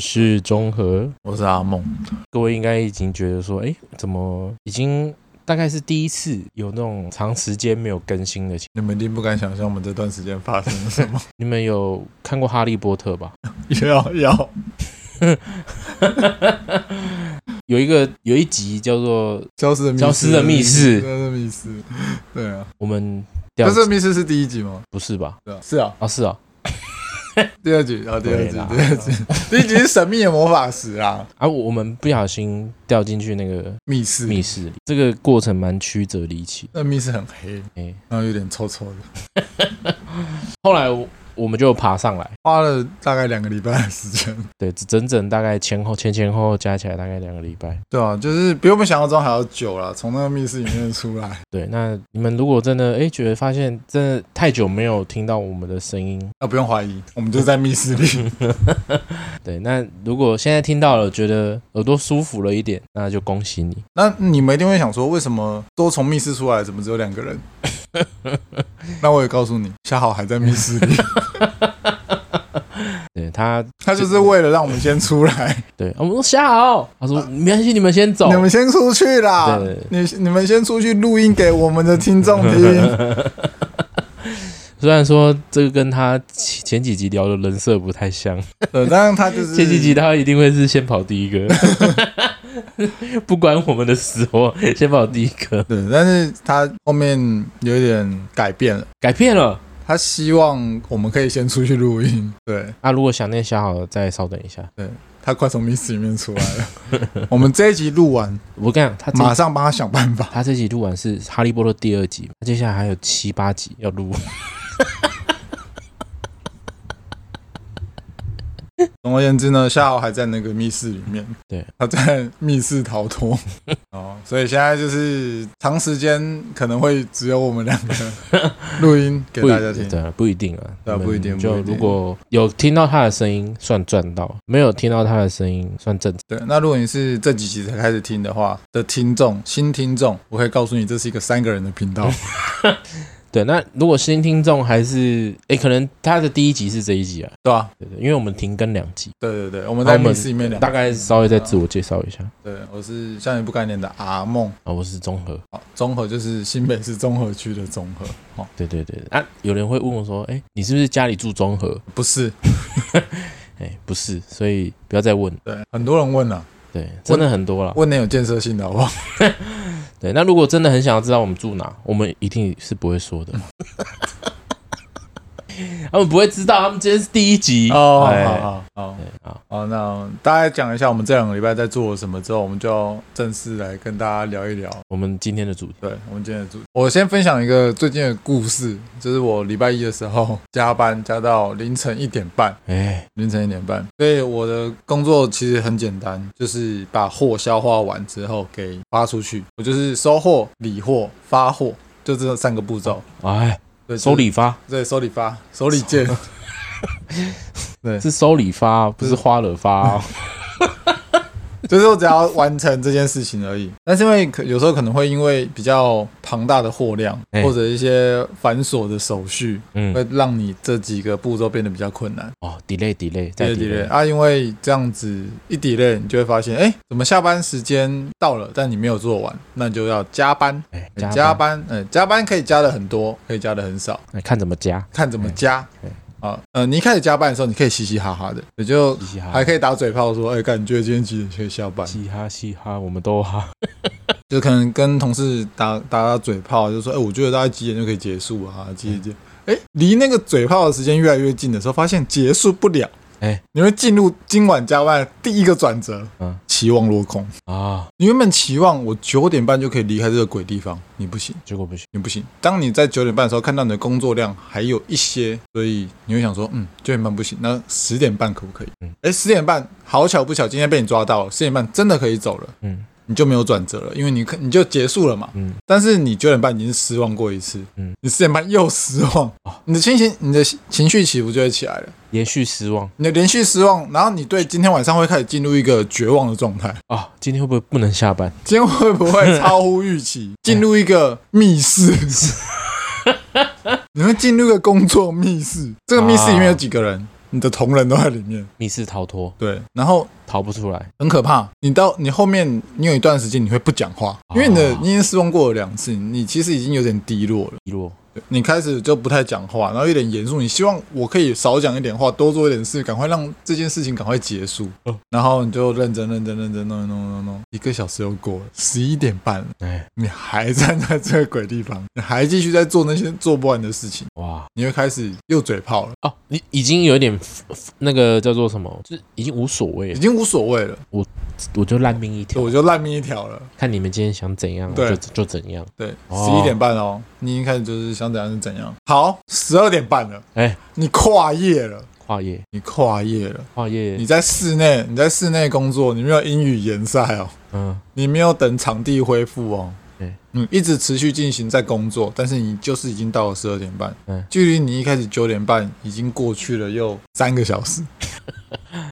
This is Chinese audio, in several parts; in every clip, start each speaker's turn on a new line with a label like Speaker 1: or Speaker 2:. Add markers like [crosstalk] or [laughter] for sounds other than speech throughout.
Speaker 1: 是中和，
Speaker 2: 我是阿梦，
Speaker 1: 各位应该已经觉得说，哎，怎么已经大概是第一次有那种长时间没有更新的情
Speaker 2: 你们一定不敢想象我们这段时间发生了什么。 [laughs]
Speaker 1: 你们有看过《哈利波特》吧？
Speaker 2: 要要，
Speaker 1: 有一个有一集叫做
Speaker 2: 消失的密室
Speaker 1: 消失的密室
Speaker 2: 消失的密室，对啊，
Speaker 1: 我们掉
Speaker 2: 消失的密室是第一集吗？
Speaker 1: 不是吧？
Speaker 2: 对啊，是啊，
Speaker 1: 啊，是啊，
Speaker 2: 第二集啊，第二集，
Speaker 1: 对啦
Speaker 2: 第二 [laughs] 集，第一集是神秘的魔法石啊，
Speaker 1: 啊，我我们不小心掉进去那个
Speaker 2: 密室，
Speaker 1: 密室里，这个过程蛮曲折离奇的。
Speaker 2: 那密室很黑，
Speaker 1: 哎，
Speaker 2: 然后有点臭臭的，
Speaker 1: 后来我我们就爬上来，
Speaker 2: 花了大概两个礼拜的时间。 [laughs]
Speaker 1: 对，整整大概前后前前后后加起来大概两个礼拜。
Speaker 2: 对啊，就是比我们想象中还要久了，从那个密室里面出来
Speaker 1: 对，那你们如果真的哎觉得发现真的太久没有听到我们的声音，
Speaker 2: 啊，不用怀疑，我们就在密室里。
Speaker 1: 对，那如果现在听到了觉得耳朵舒服了一点，那就恭喜你。
Speaker 2: 那你们一定会想说，为什么都从密室出来，怎么只有两个人？ [laughs] 那我也告诉你，夏豪还在密室里， [laughs]
Speaker 1: 对他，
Speaker 2: 他就是为了让我们先出来，
Speaker 1: 对，啊我们说夏好，他说没关系，你们先走
Speaker 2: 你。们先出去啦
Speaker 1: 对对，
Speaker 2: 你你们先出去录音给我们的听众听。
Speaker 1: 虽然说这个跟他前前几集聊的人设不太像，
Speaker 2: 对，但是他就是
Speaker 1: 前几集他一定会是先跑第一个，不管我们的死活，先跑第一个。
Speaker 2: 对，但是他后面有一点改变了，
Speaker 1: 改变了
Speaker 2: 他希望我们可以先出去录音。对
Speaker 1: 啊！如果想念夏好，再稍等一下。
Speaker 2: 他快从密室里面出来了，我们这一集录完，
Speaker 1: 我跟你讲，他这
Speaker 2: 马上帮他想办法。
Speaker 1: 他这集录完是《哈利波特》第二集，接下来还有七八集要录。
Speaker 2: 总而言之呢，夏豪还在那个密室里面，
Speaker 1: [laughs] 对，
Speaker 2: 他在密室逃
Speaker 1: [laughs]
Speaker 2: 脱。哦，所以现在就是长时间可能会只有我们两个录音给
Speaker 1: 不一
Speaker 2: 大家听。
Speaker 1: 对啊，不一定啊，
Speaker 2: 对啊
Speaker 1: 你们
Speaker 2: 不一定
Speaker 1: 就
Speaker 2: 不一定
Speaker 1: 如果有听到他的声音，算赚到；没有听到他的声音，算正常。
Speaker 2: 对，那如果你是这几集才开始听的话的听众，新听众，我可以告诉你，这是一个三个人的频
Speaker 1: [laughs]
Speaker 2: 道。
Speaker 1: 对，那如果新听众还是诶，可能他的第一集是这一集啊，
Speaker 2: 对啊，
Speaker 1: 对对，因为我们停更两集，
Speaker 2: 对对对，我们在密室里面聊。
Speaker 1: 大概稍微再自我介绍一下
Speaker 2: 对，我是校园不概念的阿梦，
Speaker 1: 啊，我是综合。
Speaker 2: 好，综合就是新北市综合区的综合，哦，
Speaker 1: 对对对，啊，有人会问我说，诶，你是不是家里住综合？
Speaker 2: 不是，
Speaker 1: 诶，不是，所以不要再问。
Speaker 2: 对，很多人问了、
Speaker 1: 对，真的很多啦。
Speaker 2: 问点有建设性的好不好？
Speaker 1: 对，那如果真的很想要知道我们住哪，我们一定是不会说的。 [laughs] 他们不会知道，他们今天是第一集
Speaker 2: 哦，
Speaker 1: 哎
Speaker 2: 好好好
Speaker 1: 对好，
Speaker 2: 好，那大概讲一下我们这两个礼拜在做了什么之后，我们就正式来跟大家聊一聊。
Speaker 1: 我们今天的主题
Speaker 2: 对我们今天的主题，我先分享一个最近的故事，就是我礼拜一的时候加班加到凌晨一点半，
Speaker 1: 哎，
Speaker 2: 凌晨一点半，所以我的工作其实很简单，就是把货消化完之后给发出去，我就是收货、理货、发货，就这三个步骤。
Speaker 1: 哎，
Speaker 2: 对，
Speaker 1: 收理发
Speaker 2: 对收理发，收理见。
Speaker 1: 是收理发，不是花惹发
Speaker 2: [laughs]
Speaker 1: 哦。
Speaker 2: 就是我只要完成这件事情而已。但是因为可有时候可能会因为比较庞大的货量，
Speaker 1: 哎
Speaker 2: 或者一些繁琐的手续，
Speaker 1: 嗯，
Speaker 2: 会让你这几个步骤变得比较困难。
Speaker 1: 哦，delay delay
Speaker 2: 对
Speaker 1: 再
Speaker 2: 对对
Speaker 1: delay，
Speaker 2: 啊，因为这样子一 delay，你就会发现，哎，怎么下班时间到了，但你没有做完，那你就要加班。
Speaker 1: 哎，
Speaker 2: 加，班，嗯，加班可以加的很多，可以加的很少。
Speaker 1: 哎看怎么加，
Speaker 2: 看怎么加
Speaker 1: 对。
Speaker 2: 啊，呃，你一开始加班的时候，你可以嘻嘻哈哈的，你就
Speaker 1: 嘻嘻哈哈
Speaker 2: 还可以打嘴炮说，哎、感觉今天几点可以下班？
Speaker 1: 嘻哈嘻哈，我们都哈，
Speaker 2: 就可能跟同事打打打嘴炮，就说，哎、我觉得大概几点就可以结束啊？几点几点？哎、离那个嘴炮的时间越来越近的时候，发现结束不了，
Speaker 1: 哎
Speaker 2: 你会进入今晚加班的第一个转折，
Speaker 1: 嗯
Speaker 2: 期望落空。
Speaker 1: 啊，
Speaker 2: 你原本期望我九点半就可以离开这个鬼地方，你不行。
Speaker 1: 结果不行，
Speaker 2: 你不行。当你在九点半的时候看到你的工作量还有一些，所以你会想说，嗯，九点半不行，那十点半可不可以？
Speaker 1: 嗯
Speaker 2: 嗯，哎，十点半好巧不巧，今天被你抓到了，十点半真的可以走了。
Speaker 1: 嗯
Speaker 2: 你就没有转折了，因为你可你就结束了嘛。
Speaker 1: 嗯，
Speaker 2: 但是你九点半已经失望过一次，
Speaker 1: 嗯
Speaker 2: 嗯，哦你十点半又失望，你的心情、你的情绪起伏就会起来了。
Speaker 1: 连续失望
Speaker 2: 你的连续失望，然后你对今天晚上会开始进入一个绝望的状态。
Speaker 1: 啊，今天会不会不能下班？
Speaker 2: 今天会不会超乎预 [laughs] 期，进入一个密 [laughs] 室？你会进入一个工作密室，这个密室里面有几个人？你的同仁都在里面。
Speaker 1: 密室逃脱
Speaker 2: 对，然后
Speaker 1: 逃不出来，
Speaker 2: 很可怕。你到你后面，你有一段时间你会不讲话，因为你的
Speaker 1: 哦
Speaker 2: 你已经试用过了两次，你其实已经有点低落了。
Speaker 1: 一落
Speaker 2: 对你开始就不太讲话，然后有点严肃。你希望我可以少讲一点话，多做一点事，赶快让这件事情赶快结束。
Speaker 1: 嗯
Speaker 2: 然后你就认真、认真、认真弄一弄、弄一弄，一个小时又过了，十一点半了，
Speaker 1: 哎，
Speaker 2: 你还站在这个鬼地方，你还继续在做那些做不完的事情，
Speaker 1: 哇
Speaker 2: 你会开始又嘴炮了，
Speaker 1: 哦，你已经有点 f- f- 那个叫做什么，就是已经无所谓
Speaker 2: 已
Speaker 1: 了，
Speaker 2: 经无所谓了，
Speaker 1: 我就烂命一条，
Speaker 2: 我就烂命一条了。
Speaker 1: 看你们今天想怎样，我
Speaker 2: 对
Speaker 1: 就就怎样。
Speaker 2: 对，
Speaker 1: 哦
Speaker 2: 十一点半哦，你已经开始就是想怎样就怎样。好，十二点半了，
Speaker 1: 哎，
Speaker 2: 你跨夜了，
Speaker 1: 跨业，
Speaker 2: 你跨夜了，
Speaker 1: 跨业
Speaker 2: 你，在室内，你在室内工作，你没有英语研赛哦，
Speaker 1: 嗯，
Speaker 2: 你没有等场地恢复哦
Speaker 1: 对。
Speaker 2: 嗯，一直持续进行在工作，但是你就是已经到了十二点半，
Speaker 1: 嗯
Speaker 2: 距离你一开始九点半已经过去了又三个小时，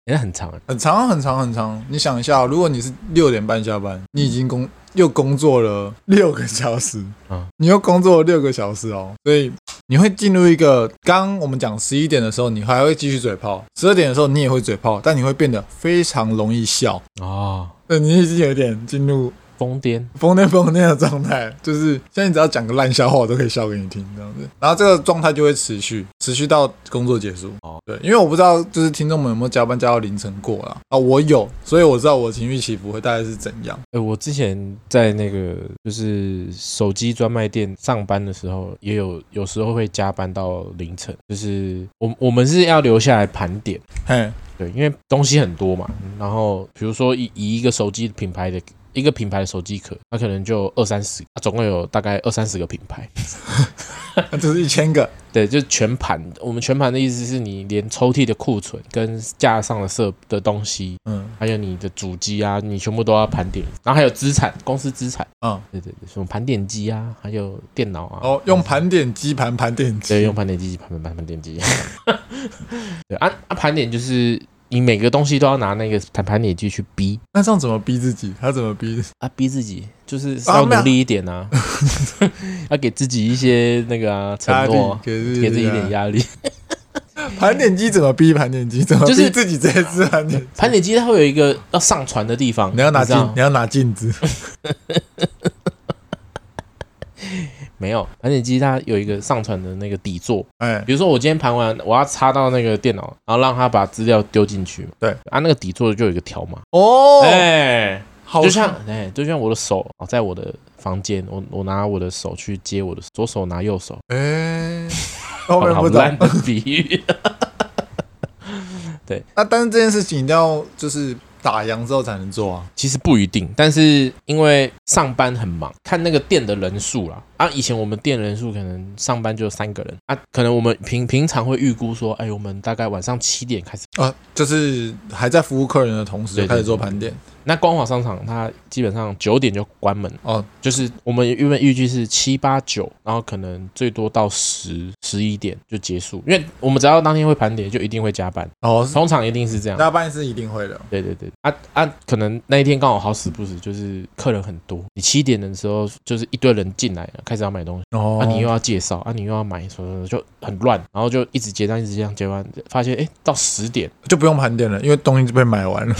Speaker 1: 也很长欸，
Speaker 2: 很长很长很长。你想一下，如果你是六点半下班，你已经工又工作了六个小时，
Speaker 1: 嗯
Speaker 2: 你又工作了六个小时哦，所以你会进入一个，刚刚我们讲十一点的时候，你还会继续嘴炮；十二点的时候，你也会嘴炮，但你会变得非常容易笑。
Speaker 1: 哦，
Speaker 2: 对，你已经有点进入
Speaker 1: 疯癫，
Speaker 2: 疯癫疯癫的状态，就是现在你只要讲个烂笑话，我都可以笑给你听这样子。然后这个状态就会持续，持续到工作结束。
Speaker 1: 哦
Speaker 2: 对，因为我不知道就是听众们有没有加班加到凌晨过啦。啊，我有，所以我知道我情绪起伏会大概是怎样。
Speaker 1: 哎、我之前在那个就是手机专卖店上班的时候，也有有时候会加班到凌晨，就是我我们是要留下来盘点，
Speaker 2: 嘿，
Speaker 1: 对，因为东西很多嘛。嗯然后比如说以以一个手机品牌的一个品牌的手机壳，它可能就二三十，啊它总共有大概二三十个品牌， [laughs]
Speaker 2: 那就是一千个，
Speaker 1: 对，就全盘。我们全盘的意思是你连抽屉的库存跟架上的设的东西，
Speaker 2: 嗯，
Speaker 1: 还有你的主机啊，你全部都要盘点，然后还有资产，公司资产，
Speaker 2: 嗯，
Speaker 1: 对对对，什么盘点机啊，还有电脑啊，
Speaker 2: 哦，用盘点机盘盘点
Speaker 1: 对，
Speaker 2: 机，
Speaker 1: 用盘点机盘盘盘盘点机， [laughs] 对啊啊，盘点就是你每个东西都要拿那个盘盘点机去逼
Speaker 2: 那这样怎么逼自己？他怎么逼？
Speaker 1: 啊，逼自己就是
Speaker 2: 啊
Speaker 1: 要
Speaker 2: 没有
Speaker 1: 努力一点啊， [laughs] 要给自己一些那个啊承
Speaker 2: 压力
Speaker 1: 诺啊，
Speaker 2: 给自己
Speaker 1: 给自己一点
Speaker 2: 压。
Speaker 1: 压力。
Speaker 2: 盘点机怎么逼？盘点机怎么
Speaker 1: 就是
Speaker 2: 逼自己这一次盘
Speaker 1: [laughs]
Speaker 2: 点机？
Speaker 1: 盘点机它会有一个要上传的地方，
Speaker 2: 你要拿
Speaker 1: 知
Speaker 2: 镜
Speaker 1: 道，
Speaker 2: 你要拿镜
Speaker 1: [laughs]
Speaker 2: 子，
Speaker 1: 没有盘点机它有一个上传的那个底座，
Speaker 2: 哎，
Speaker 1: 比如说我今天盘完，我要插到那个电脑，然后让它把资料丢进去嘛。
Speaker 2: 对
Speaker 1: 啊，那个底座就有一个条码，
Speaker 2: 哦，
Speaker 1: 哎、
Speaker 2: 好
Speaker 1: 就像哎、就像我的手哦，在我的房间，我我拿我的手去接我的左手拿右手， [laughs]
Speaker 2: 哎，后
Speaker 1: 哦
Speaker 2: 面
Speaker 1: 好
Speaker 2: 不
Speaker 1: 烂
Speaker 2: 懂。
Speaker 1: 的比喻。
Speaker 2: 那但是这件事情一定要就是打烊之后才能做啊。
Speaker 1: 其实不一定，但是因为上班很忙，看那个店的人数啦。啊，以前我们店人数可能上班就三个人啊，可能我们平平常会预估说，哎，我们大概晚上七点开始。
Speaker 2: 啊，就是还在服务客人的同时就
Speaker 1: 哦对
Speaker 2: 开始做盘点。
Speaker 1: 那光华商场它基本上九点就关门了
Speaker 2: 哦，
Speaker 1: 就是我们原本预计是七八九，然后可能最多到十十一点就结束，因为我们只要当天会盘点，就一定会加班，
Speaker 2: 哦，是
Speaker 1: 通常一定是这样。
Speaker 2: 大半是一定会的。
Speaker 1: 对对对，啊啊，可能那一天刚好好死不死，就是客人很多，你七点的时候就是一堆人进来了，开始要买东西，
Speaker 2: 哦
Speaker 1: 啊你又要介绍，啊你又要买，什么什么就很乱，然后就一直结账，一直这样结完，发现哎到十点
Speaker 2: 就不用盘点了，因为东西就被买完了。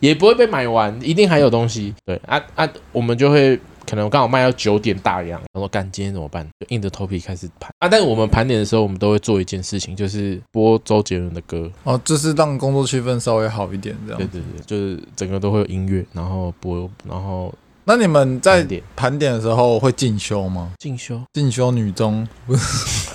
Speaker 1: 也不会被买完，一定还有东西。对啊啊，我们就会可能刚好卖到九点大洋，然后干今天怎么办？就硬着头皮开始盘啊。但是我们盘点的时候，我们都会做一件事情，就是播周杰伦的歌。
Speaker 2: 哦，就是让工作气氛稍微好一点这
Speaker 1: 对
Speaker 2: 样。
Speaker 1: 对对，就是整个都会有音乐，然后播，然后
Speaker 2: 那你们在
Speaker 1: 盘点哦
Speaker 2: 盘点的时候会进修吗？
Speaker 1: 进修。
Speaker 2: 进修女中 [laughs] 不是，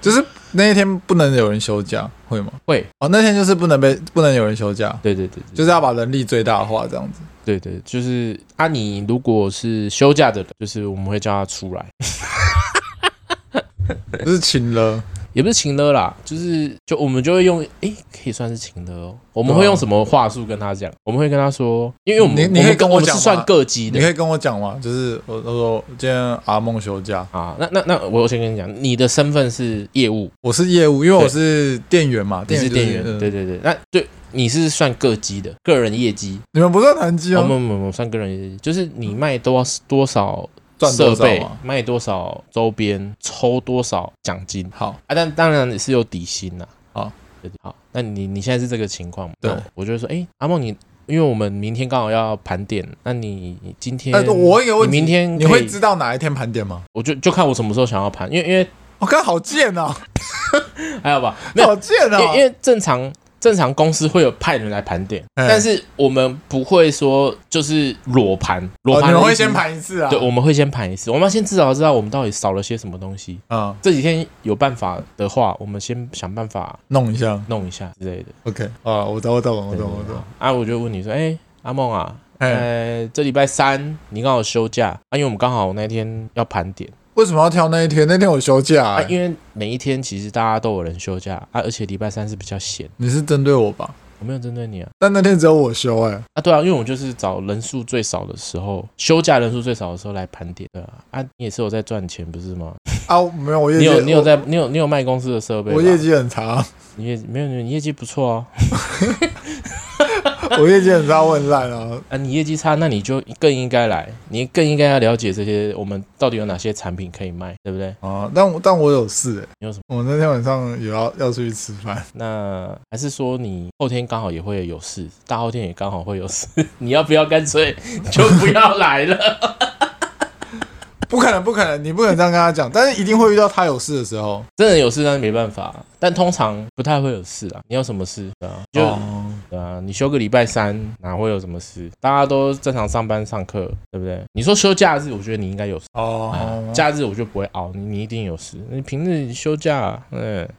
Speaker 2: 就是那一天不能有人休假，会吗？
Speaker 1: 会。
Speaker 2: 哦，那天就是不能被不能有人休假，
Speaker 1: 对对对，对
Speaker 2: 就是要把人力最大化这样子。
Speaker 1: 对对，就是啊，你如果是休假的人，就是我们会叫他出来， [laughs]
Speaker 2: 就是请了。
Speaker 1: 也不是情勒啦，就是就我们就会用，诶，可以算是情勒哦。我们
Speaker 2: 对啊
Speaker 1: 会用什么话术跟他讲？我们会跟他说，因为我们
Speaker 2: 你你可以
Speaker 1: 我们
Speaker 2: 跟我
Speaker 1: 我们
Speaker 2: 讲
Speaker 1: 是
Speaker 2: 吗
Speaker 1: 算各级
Speaker 2: 你可
Speaker 1: 的
Speaker 2: 以跟我讲吗？就是我我说今天阿梦休假，
Speaker 1: 啊。那那那我先跟你讲，你的身份是业务，
Speaker 2: 我是业务，因为我是店员嘛，
Speaker 1: 你
Speaker 2: 员
Speaker 1: 是
Speaker 2: 就是
Speaker 1: 店员，
Speaker 2: 嗯
Speaker 1: 对对对，那对你是算各级的个人业绩，
Speaker 2: 你们不算谈机
Speaker 1: 我
Speaker 2: 哦，
Speaker 1: 们我们算个人业绩，就是你卖多少多少
Speaker 2: 赚多
Speaker 1: 设
Speaker 2: 少啊
Speaker 1: 备
Speaker 2: 嘛？，
Speaker 1: 卖多少周边，抽多少奖金。
Speaker 2: 好，
Speaker 1: 啊，但当然也是有底薪呐、
Speaker 2: 好
Speaker 1: 对对好，那你你现在是这个情况嘛？
Speaker 2: 哦对
Speaker 1: 那我就会说，哎、阿梦你，因为我们明天刚好要盘点，那你你今天，
Speaker 2: 哎，我问一个问题，
Speaker 1: 你明天
Speaker 2: 你
Speaker 1: 可
Speaker 2: 会
Speaker 1: 以
Speaker 2: 知道哪一天盘点吗？
Speaker 1: 我就就看我什么时候想要盘，因为因为
Speaker 2: 我看好贱哦，
Speaker 1: 还好吧， [laughs] 没有，
Speaker 2: 好贱
Speaker 1: 因为因
Speaker 2: 哦，
Speaker 1: 为正常正常公司会有派人来盘点，
Speaker 2: 嗯
Speaker 1: 但是我们不会说就是裸盘，裸
Speaker 2: 哦
Speaker 1: 盘、
Speaker 2: 你们会先。盘一次啊？
Speaker 1: 对，我们会先盘一次，我们要先至少知道我们到底少了些什么东西。
Speaker 2: 啊，
Speaker 1: 这几天有办法的话，我们先想办法
Speaker 2: 弄一下
Speaker 1: 弄一下之类的。
Speaker 2: ，OK，啊，我懂，我懂，我
Speaker 1: 对对
Speaker 2: 懂，我
Speaker 1: 对
Speaker 2: 懂，
Speaker 1: 啊，我就问你说，哎、阿梦啊，
Speaker 2: 哎，
Speaker 1: 呃，这礼拜三你刚好休假啊，因为我们刚好那天要盘点
Speaker 2: 为什么要挑那一天？那天我休假
Speaker 1: 啊，
Speaker 2: 哎，
Speaker 1: 因为每一天其实大家都有人休假啊，而且礼拜三是比较闲，
Speaker 2: 你是针对我吧？
Speaker 1: 我没有针对你啊，
Speaker 2: 但那天只有我休，哎，
Speaker 1: 啊，对啊，因为我就是找人数最少的时候，休假人数最少的时候来盘点的啊，啊你也是有在赚钱不是吗？
Speaker 2: 啊，没有，我业
Speaker 1: 你
Speaker 2: 绩
Speaker 1: 有你有
Speaker 2: 我
Speaker 1: 在你有你有卖公司的设备吧，
Speaker 2: 我业绩很差， [laughs]
Speaker 1: 你业没有你业绩不错哦，
Speaker 2: 我业绩很差，我很烂啊。
Speaker 1: 啊，你业绩差，那你就更应该来，你更应该要了解这些我们到底有哪些产品可以卖，对不对？
Speaker 2: 啊，但我但我有事、欸，
Speaker 1: 你有什么？
Speaker 2: 我那天晚上有要要出去吃饭， [laughs]
Speaker 1: 那还是说你后天刚好也会有事，大后天也刚好会有事， [laughs] 你要不要干脆就不要来了？ [laughs]
Speaker 2: 不可能，不可能，你不可能这样跟他讲，但是一定会遇到他有事的时候。
Speaker 1: 真的有事那没办法，但通常不太会有事啊。你有什么事对啊？就、
Speaker 2: 哦
Speaker 1: 对啊，你休个礼拜三哪会有什么事？大家都正常上班上课，对不对？你说休假日，我觉得你应该有事。
Speaker 2: 哦，
Speaker 1: 假日我就不会熬，你你一定有事。你平日休假，嗯， [laughs]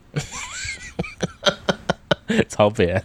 Speaker 1: 超北啊！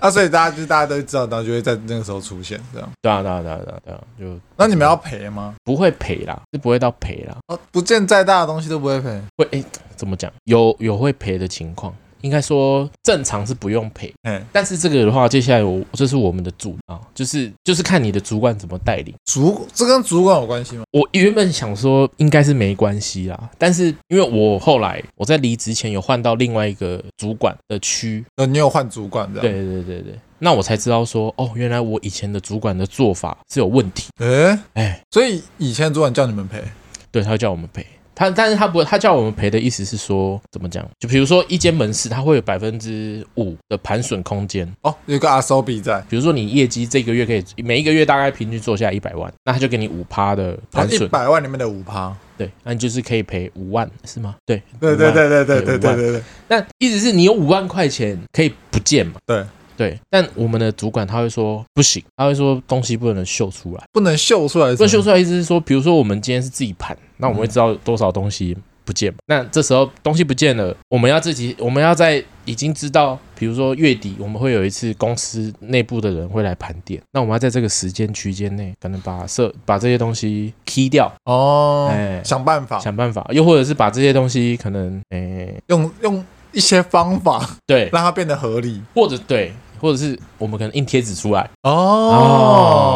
Speaker 2: 啊，所以大家就是大家都知道，然后就会在那个时候出现这样。
Speaker 1: 对啊，对啊，对啊，对啊，对啊，就
Speaker 2: 那你们要赔吗？
Speaker 1: 不会赔啦，是不会到赔啦，
Speaker 2: 哦，不见再大的东西都不会赔。
Speaker 1: 会诶、怎么讲？有有会赔的情况，应该说正常是不用赔。
Speaker 2: 哎，
Speaker 1: 但是这个的话，接下来我这是我们的主啊，就是就是看你的主管怎么带领。
Speaker 2: 主这跟主管有关系吗？
Speaker 1: 我原本想说应该是没关系啦，但是因为我后来我在离职前有换到另外一个主管的区，
Speaker 2: 呃，你有换主管这
Speaker 1: 对
Speaker 2: 样？
Speaker 1: 对对对，那我才知道说哦，原来我以前的主管的做法是有问题，
Speaker 2: 对，哎
Speaker 1: 哎，
Speaker 2: 所以以前主管叫你们赔，
Speaker 1: 对他会叫我们赔。他，但是他不，他叫我们赔的意思是说，怎么讲？就比如说一间门市，它会有百分之五的盘损空间。
Speaker 2: 哦，有个阿 s o b 在，
Speaker 1: 比如说你业绩这个月可以，每一个月大概平均做下一百万，那他就给你五趴的
Speaker 2: 他
Speaker 1: 盘
Speaker 2: 哦一
Speaker 1: 损，
Speaker 2: 百万里面的五趴。
Speaker 1: 对，那你就是可以赔五万，是吗？对，
Speaker 2: 对
Speaker 1: 5
Speaker 2: 对
Speaker 1: 万
Speaker 2: 对对对对对
Speaker 1: 对5万
Speaker 2: 对对，
Speaker 1: 那意思是你有五万块钱可以不见嘛？
Speaker 2: 对
Speaker 1: 对，但我们的主管他会说不行，他会说东西不能秀出来。
Speaker 2: 不能秀出来，
Speaker 1: 不能秀出来意思是说，比如说我们今天是自己盘，那我们会知道多少东西不见嘛？那这时候东西不见了，我们要自己，我们要在已经知道，比如说月底我们会有一次公司内部的人会来盘点，那我们要在这个时间区间内，可能把设把这些东西 key 掉，
Speaker 2: 哦，
Speaker 1: 哎
Speaker 2: 想办法，
Speaker 1: 想办法，又或者是把这些东西可能，诶、
Speaker 2: 用用一些方
Speaker 1: [laughs]
Speaker 2: 法
Speaker 1: 对，
Speaker 2: 让它变得合理。
Speaker 1: 或者对，或者是我们可能印贴纸出来。
Speaker 2: 哦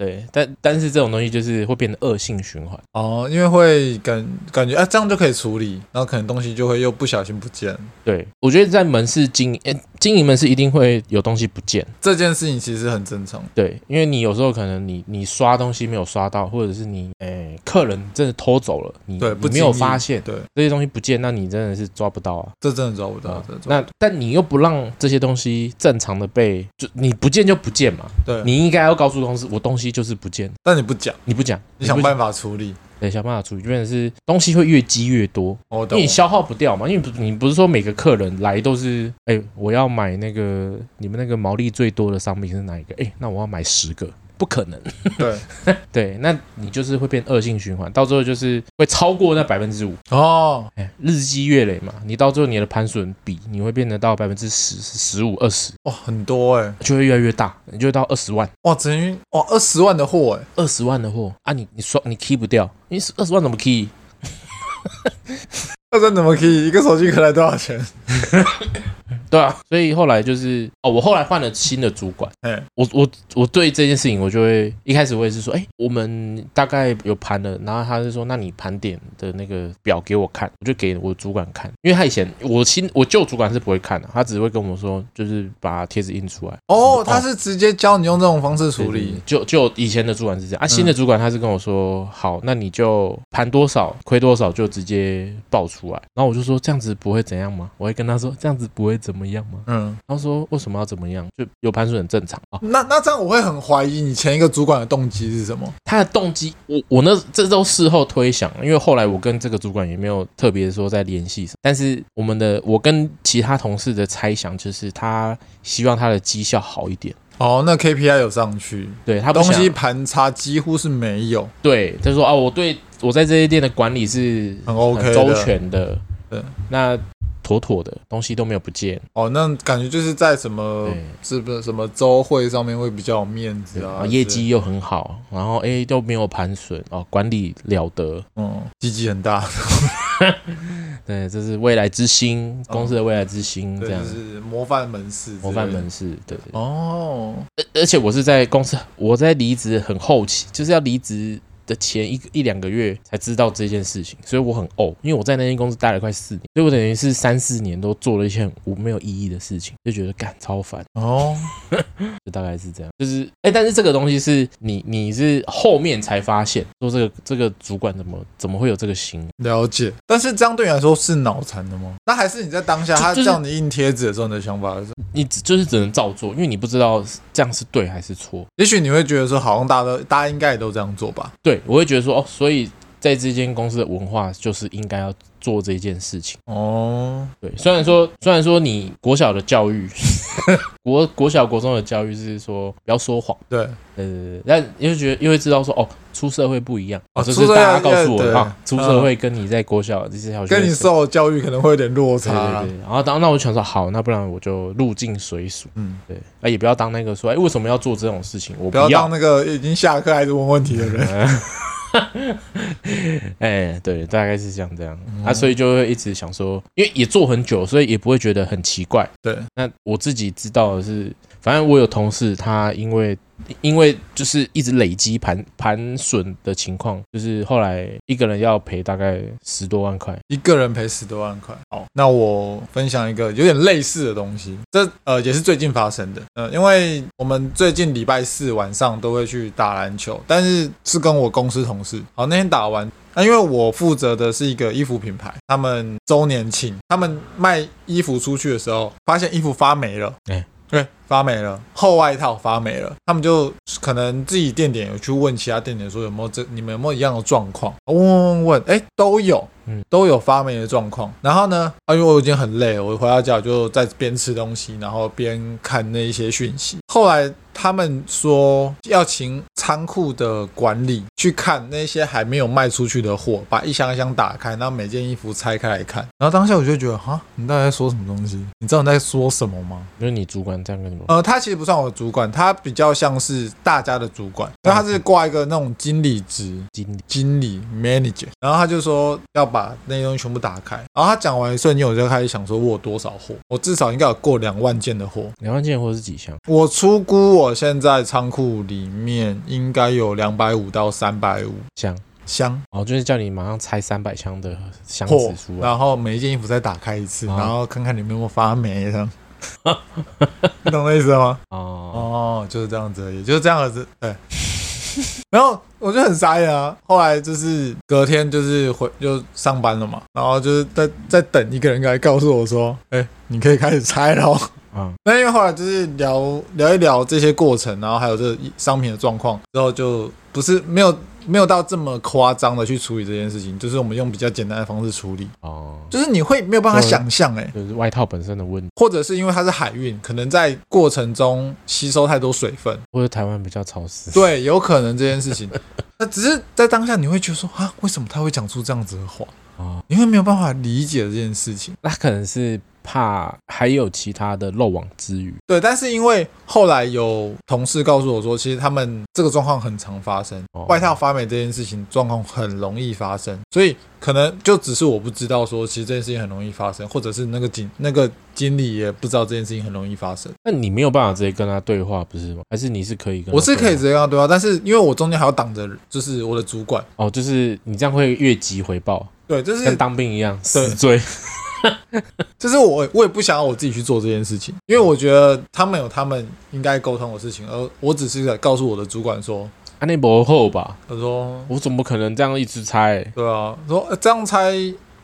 Speaker 1: 对，但但是这种东西就是会变得恶性循环。
Speaker 2: 哦，因为会感感觉啊，这样就可以处理，然后可能东西就会又不小心不见。
Speaker 1: 对，我觉得在门市经营、诶经营门市一定会有东西不见。
Speaker 2: 这件事情其实很正常。
Speaker 1: 对，因为你有时候可能你你刷东西没有刷到，或者是你诶、客人真的偷走了，你
Speaker 2: 对，
Speaker 1: 你
Speaker 2: 不
Speaker 1: 没有
Speaker 2: 经意
Speaker 1: 发现
Speaker 2: 对，
Speaker 1: 这些东西不见，那你真的是抓不到啊。
Speaker 2: 这真的抓不到，
Speaker 1: 啊
Speaker 2: 这真的抓
Speaker 1: 那但你又不让这些东西正常的被就你不见就不见嘛，
Speaker 2: 不到对。
Speaker 1: 你应该要告诉公司我东西就是不见，
Speaker 2: 但你不讲，
Speaker 1: 你不讲，
Speaker 2: 你
Speaker 1: 不
Speaker 2: 想
Speaker 1: 讲
Speaker 2: 办法处理。
Speaker 1: 对想办法处理，就变成是东西会越积越多，
Speaker 2: 哦我
Speaker 1: 因
Speaker 2: 懂
Speaker 1: 为你。消耗不掉嘛，因为不你不是说每个客人来都是，哎、我要买那个你们那个毛利最多的商品是哪一个？哎、那我要买十个，不可能。
Speaker 2: 对。
Speaker 1: 对，那你就是会变恶性循环，到最后就是会超过那百分之五，
Speaker 2: 哦，
Speaker 1: 哎，日积月累嘛，你到最后你的盘损比你会变得到百分之十、十五、二十，
Speaker 2: 哇，很多哎，
Speaker 1: 就会越来越大，你就会到二十万。
Speaker 2: 哇，等于哇二十万的货哎，
Speaker 1: 二十万的货啊你，你刷你 key 不掉，你二十万怎么 key？
Speaker 2: 二十万怎么可以？一个手机壳来多少钱？
Speaker 1: 对啊，所以后来就是哦，我后来换了新的主管，
Speaker 2: 嗯
Speaker 1: 嗯，我我我对这件事情，我就会一开始我也是说，哎、我们大概有盘了，然后他就说，那你盘点的那个表给我看，我就给我主管看，因为他以前我新我旧主管是不会看的，他只会跟我说，就是把贴纸印出来。
Speaker 2: 哦，他是直接教你用这种方式
Speaker 1: 对
Speaker 2: 处
Speaker 1: 对
Speaker 2: 理
Speaker 1: 对。就就以前的主管是这样啊，新的主管他是跟我说，好，那你就盘多少亏多少就直接报出出来。然后我就说这样子不会怎样吗？我会跟他说这样子不会怎么样吗？
Speaker 2: 嗯，
Speaker 1: 他说为什么要怎么样？就有盘数很正常啊。
Speaker 2: 那那这样我会很怀疑你前一个主管的动机是什么。
Speaker 1: 他的动机，我我那这都事后推想，因为后来我跟这个主管也没有特别说在联系什么，但是我们的我跟其他同事的猜想就是他希望他的绩效好一点，
Speaker 2: 哦，那 KPI 有上去，
Speaker 1: 对他不
Speaker 2: 东
Speaker 1: 想
Speaker 2: 西盘差几乎是没有，
Speaker 1: 对他说啊，我对我在这些店的管理是
Speaker 2: 很啊 OK 的
Speaker 1: 很周全的，
Speaker 2: 对，
Speaker 1: 那妥妥的东西都没有不见，
Speaker 2: 哦，那感觉就是在什么
Speaker 1: 对
Speaker 2: 是不是什么周会上面会比较有面子
Speaker 1: 对
Speaker 2: 啊
Speaker 1: 然后，业绩又很好，然后哎都没有盘损哦，管理了得，
Speaker 2: 是，嗯，积极很大，
Speaker 1: 对，这是未来之星，
Speaker 2: 哦
Speaker 1: 公司的未来之星、
Speaker 2: 对，
Speaker 1: [laughs] 这样
Speaker 2: 就。是模范门市，
Speaker 1: 模范。门市，对对对
Speaker 2: 哦，
Speaker 1: 而且我是在公司，我在离职很后期，就是要离职的前一个一两个月才知道这件事情，所以我很怄，因为我在那间公司待了快四年，所以我等于是三四年都做了一些很无没有意义的事情，就觉得干超烦，
Speaker 2: 哦，
Speaker 1: 就大概是这样。就是哎、但是这个东西是你你是后面才发现，说这个这个主管怎么怎么会有这个行为？
Speaker 2: 了解。但是这样对你来说是脑残的吗？那还是你在当下
Speaker 1: 就
Speaker 2: 他
Speaker 1: 就是
Speaker 2: 叫你印贴纸的时候，你的想法是？
Speaker 1: 你只就是只能照做，因为你不知道这样是对还是错。
Speaker 2: 也许你会觉得说，好像大家都大家应该也都这样做吧？
Speaker 1: 对我会觉得说哦，所以在这间公司的文化就是应该要做这件事情。
Speaker 2: 哦，
Speaker 1: 对，虽然说虽然说你国小的教育， [laughs] 国国小国中的教育是说不要说谎，
Speaker 2: 对，
Speaker 1: 对对对，但你就觉得又会知道说哦，出社会不一样，
Speaker 2: 哦
Speaker 1: 这
Speaker 2: 出
Speaker 1: 是
Speaker 2: 社会
Speaker 1: 大家告诉我
Speaker 2: 对
Speaker 1: 的啊，出社会跟你在国小这些小学
Speaker 2: 跟你
Speaker 1: 说。
Speaker 2: 受的教育可能会有点落
Speaker 1: 对
Speaker 2: 差啊。
Speaker 1: 对对，然后当那我就想说，好，那不然我就入境随俗，
Speaker 2: 嗯，
Speaker 1: 对，啊也不要当那个说，哎，为什么要做这种事情？我
Speaker 2: 不
Speaker 1: 不
Speaker 2: 要
Speaker 1: 要
Speaker 2: 当，那个已经下课还是问问题的人。
Speaker 1: [laughs] 哎，对，大概是像这样，
Speaker 2: 嗯
Speaker 1: 啊，所以就会一直想说，因为也做很久，所以也不会觉得很奇怪，
Speaker 2: 对，
Speaker 1: 那我自己知道的是，反正我有同事，他因为因为就是一直累积盘盘损的情况，就是后来一个人要赔大概十多万块。
Speaker 2: 一个人赔十多万块。好，那我分享一个有点类似的东西，这呃也是最近发生的。呃，因为我们最近礼拜四晚上都会去打篮球，但是是跟我公司同事。好，那天打完。那、因为我负责的是一个衣服品牌，他们周年庆，他们卖衣服出去的时候，发现衣服发霉了，
Speaker 1: 哎
Speaker 2: 对，发霉了，厚外套发霉了，他们就可能自己店点有去问其他店点说有没有这你们有没有一样的状况，问问问问，哎、都有，都有发霉的状况。然后呢，啊，因为我已经很累了，我回到家我就在边吃东西，然后边看那一些讯息。后来他们说要请仓库的管理去看那些还没有卖出去的货，把一箱一箱打开，然后每件衣服拆开来看。然后当下我就觉得，哈，你到底在说什么东西？你知道你在说什么吗？
Speaker 1: 就是你主管这样跟你们，
Speaker 2: 呃，他其实不算我的主管，他比较像是大家的主管，因为哦他是挂一个那种经理职，
Speaker 1: 经理
Speaker 2: 经理 manager，然后他就说要把那些东西全部打开。然后他讲完一瞬间，我就开始想说，我有多少货？我至少应该有过两万件的货。
Speaker 1: 两万件或是几箱，
Speaker 2: 我出估我现在仓库里面应该有两百五到三百五
Speaker 1: 箱
Speaker 2: 箱
Speaker 1: 哦，就是叫你马上拆三百箱的箱
Speaker 2: 货
Speaker 1: 子出，来。
Speaker 2: 然后每一件衣服再打开一次，
Speaker 1: 啊
Speaker 2: 然后看看里面有没有发霉这样。 [laughs] 你懂那意思吗？
Speaker 1: 哦，
Speaker 2: 哦，就是这样子而已，就是这样子，对。然后我就很傻眼啊！后来就是隔天就是回就上班了嘛，然后就是在在等一个人来告诉我说：“哎，你可以开始拆喽。”
Speaker 1: 嗯，
Speaker 2: 那因为后来就是聊聊一聊这些过程，然后还有这个商品的状况之后，就不是没有没有到这么夸张的去处理这件事情，就是我们用比较简单的方式处理，
Speaker 1: 哦，
Speaker 2: 就是你会没有办法
Speaker 1: 对
Speaker 2: 想象哎、
Speaker 1: 就是外套本身的问题，
Speaker 2: 或者是因为它是海运，可能在过程中吸收太多水分，
Speaker 1: 或者台湾比较潮湿。
Speaker 2: [laughs] 对，有可能这件事情。 [laughs] 那只是在当下你会觉得说啊，为什么他会讲出这样子的话？
Speaker 1: 哦，
Speaker 2: 你会没有办法理解这件事情。
Speaker 1: 那可能是怕还有其他的漏网之鱼。
Speaker 2: 对，但是因为后来有同事告诉我说，其实他们这个状况很常发生，
Speaker 1: 哦
Speaker 2: 外套发霉这件事情状况很容易发生，所以可能就只是我不知道说，其实这件事情很容易发生，或者是那个经那个经理也不知道这件事情很容易发生。
Speaker 1: 那你没有办法直接跟他对话，不是吗？还是你是可以跟他
Speaker 2: 我是
Speaker 1: 对话啊
Speaker 2: 可以直接跟他对话，但是因为我中间还要挡着，就是我的主管。
Speaker 1: 哦，就是你这样会越级回报，
Speaker 2: 对，就是
Speaker 1: 跟当兵一样死追。
Speaker 2: 就是我我也不想要我自己去做这件事情，因为我觉得他们有他们应该沟通的事情，而我只是在告诉我的主管说，
Speaker 1: 安内博后吧，
Speaker 2: 他说
Speaker 1: 我怎么可能这样一直猜？
Speaker 2: 对啊，说、呃这样拆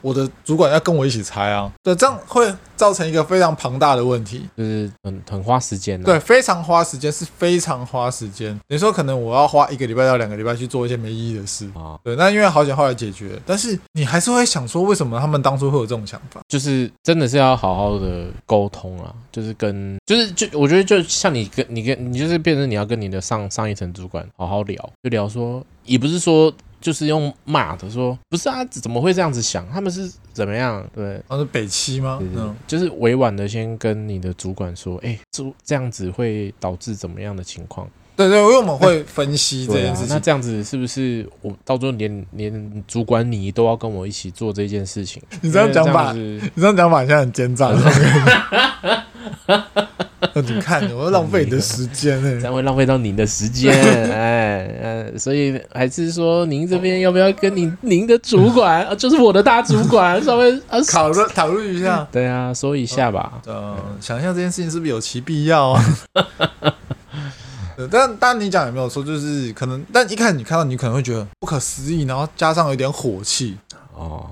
Speaker 2: 我的主管要跟我一起拆啊。对，这样会造成一个非常庞大的问题。
Speaker 1: 就是很很花时间、啊。
Speaker 2: 对，非常花时间，是非常花时间。你说可能我要花一个礼拜到两个礼拜去做一些没意义的事。
Speaker 1: 啊，
Speaker 2: 对，那因为好险后来解决，但是你还是会想说，为什么他们当初会有这种想法？
Speaker 1: 就是真的是要好好的沟通啊，就是跟就是就我觉得就像你跟你跟你就是变成你要跟你的上上一层主管好好聊，就聊说也不是说。就是用骂的说，不是啊，怎么会这样子想？他们是怎么样？对，
Speaker 2: 啊，是北七吗？嗯，
Speaker 1: 就是委婉的先跟你的主管说，哎、这这样子会导致怎么样的情况？
Speaker 2: 对对，因为我们会分析这
Speaker 1: 对
Speaker 2: 件
Speaker 1: 啊
Speaker 2: 事，情
Speaker 1: 那。这样子是不是我到最后连连主管你都要跟我一起做这件事情？
Speaker 2: 你这样讲吧
Speaker 1: 因为这样子
Speaker 2: 你这样讲法现在很奸 [laughs] 诈，这种感觉你看，我要浪费你的时间欸呢、
Speaker 1: 这样会浪费到您的
Speaker 2: [laughs]
Speaker 1: 时间，哎，呃，所以还是说您这边要不要跟您您的主管，啊就是我的大主管，稍微啊，
Speaker 2: 讨论讨论一下，
Speaker 1: 对啊，说一下吧。
Speaker 2: 呃，想一下这件事情是不是有其必要啊？对 [laughs] 但但你讲也没有错，就是可能，但一开始你看到你可能会觉得不可思议，然后加上有点火气，
Speaker 1: 哦，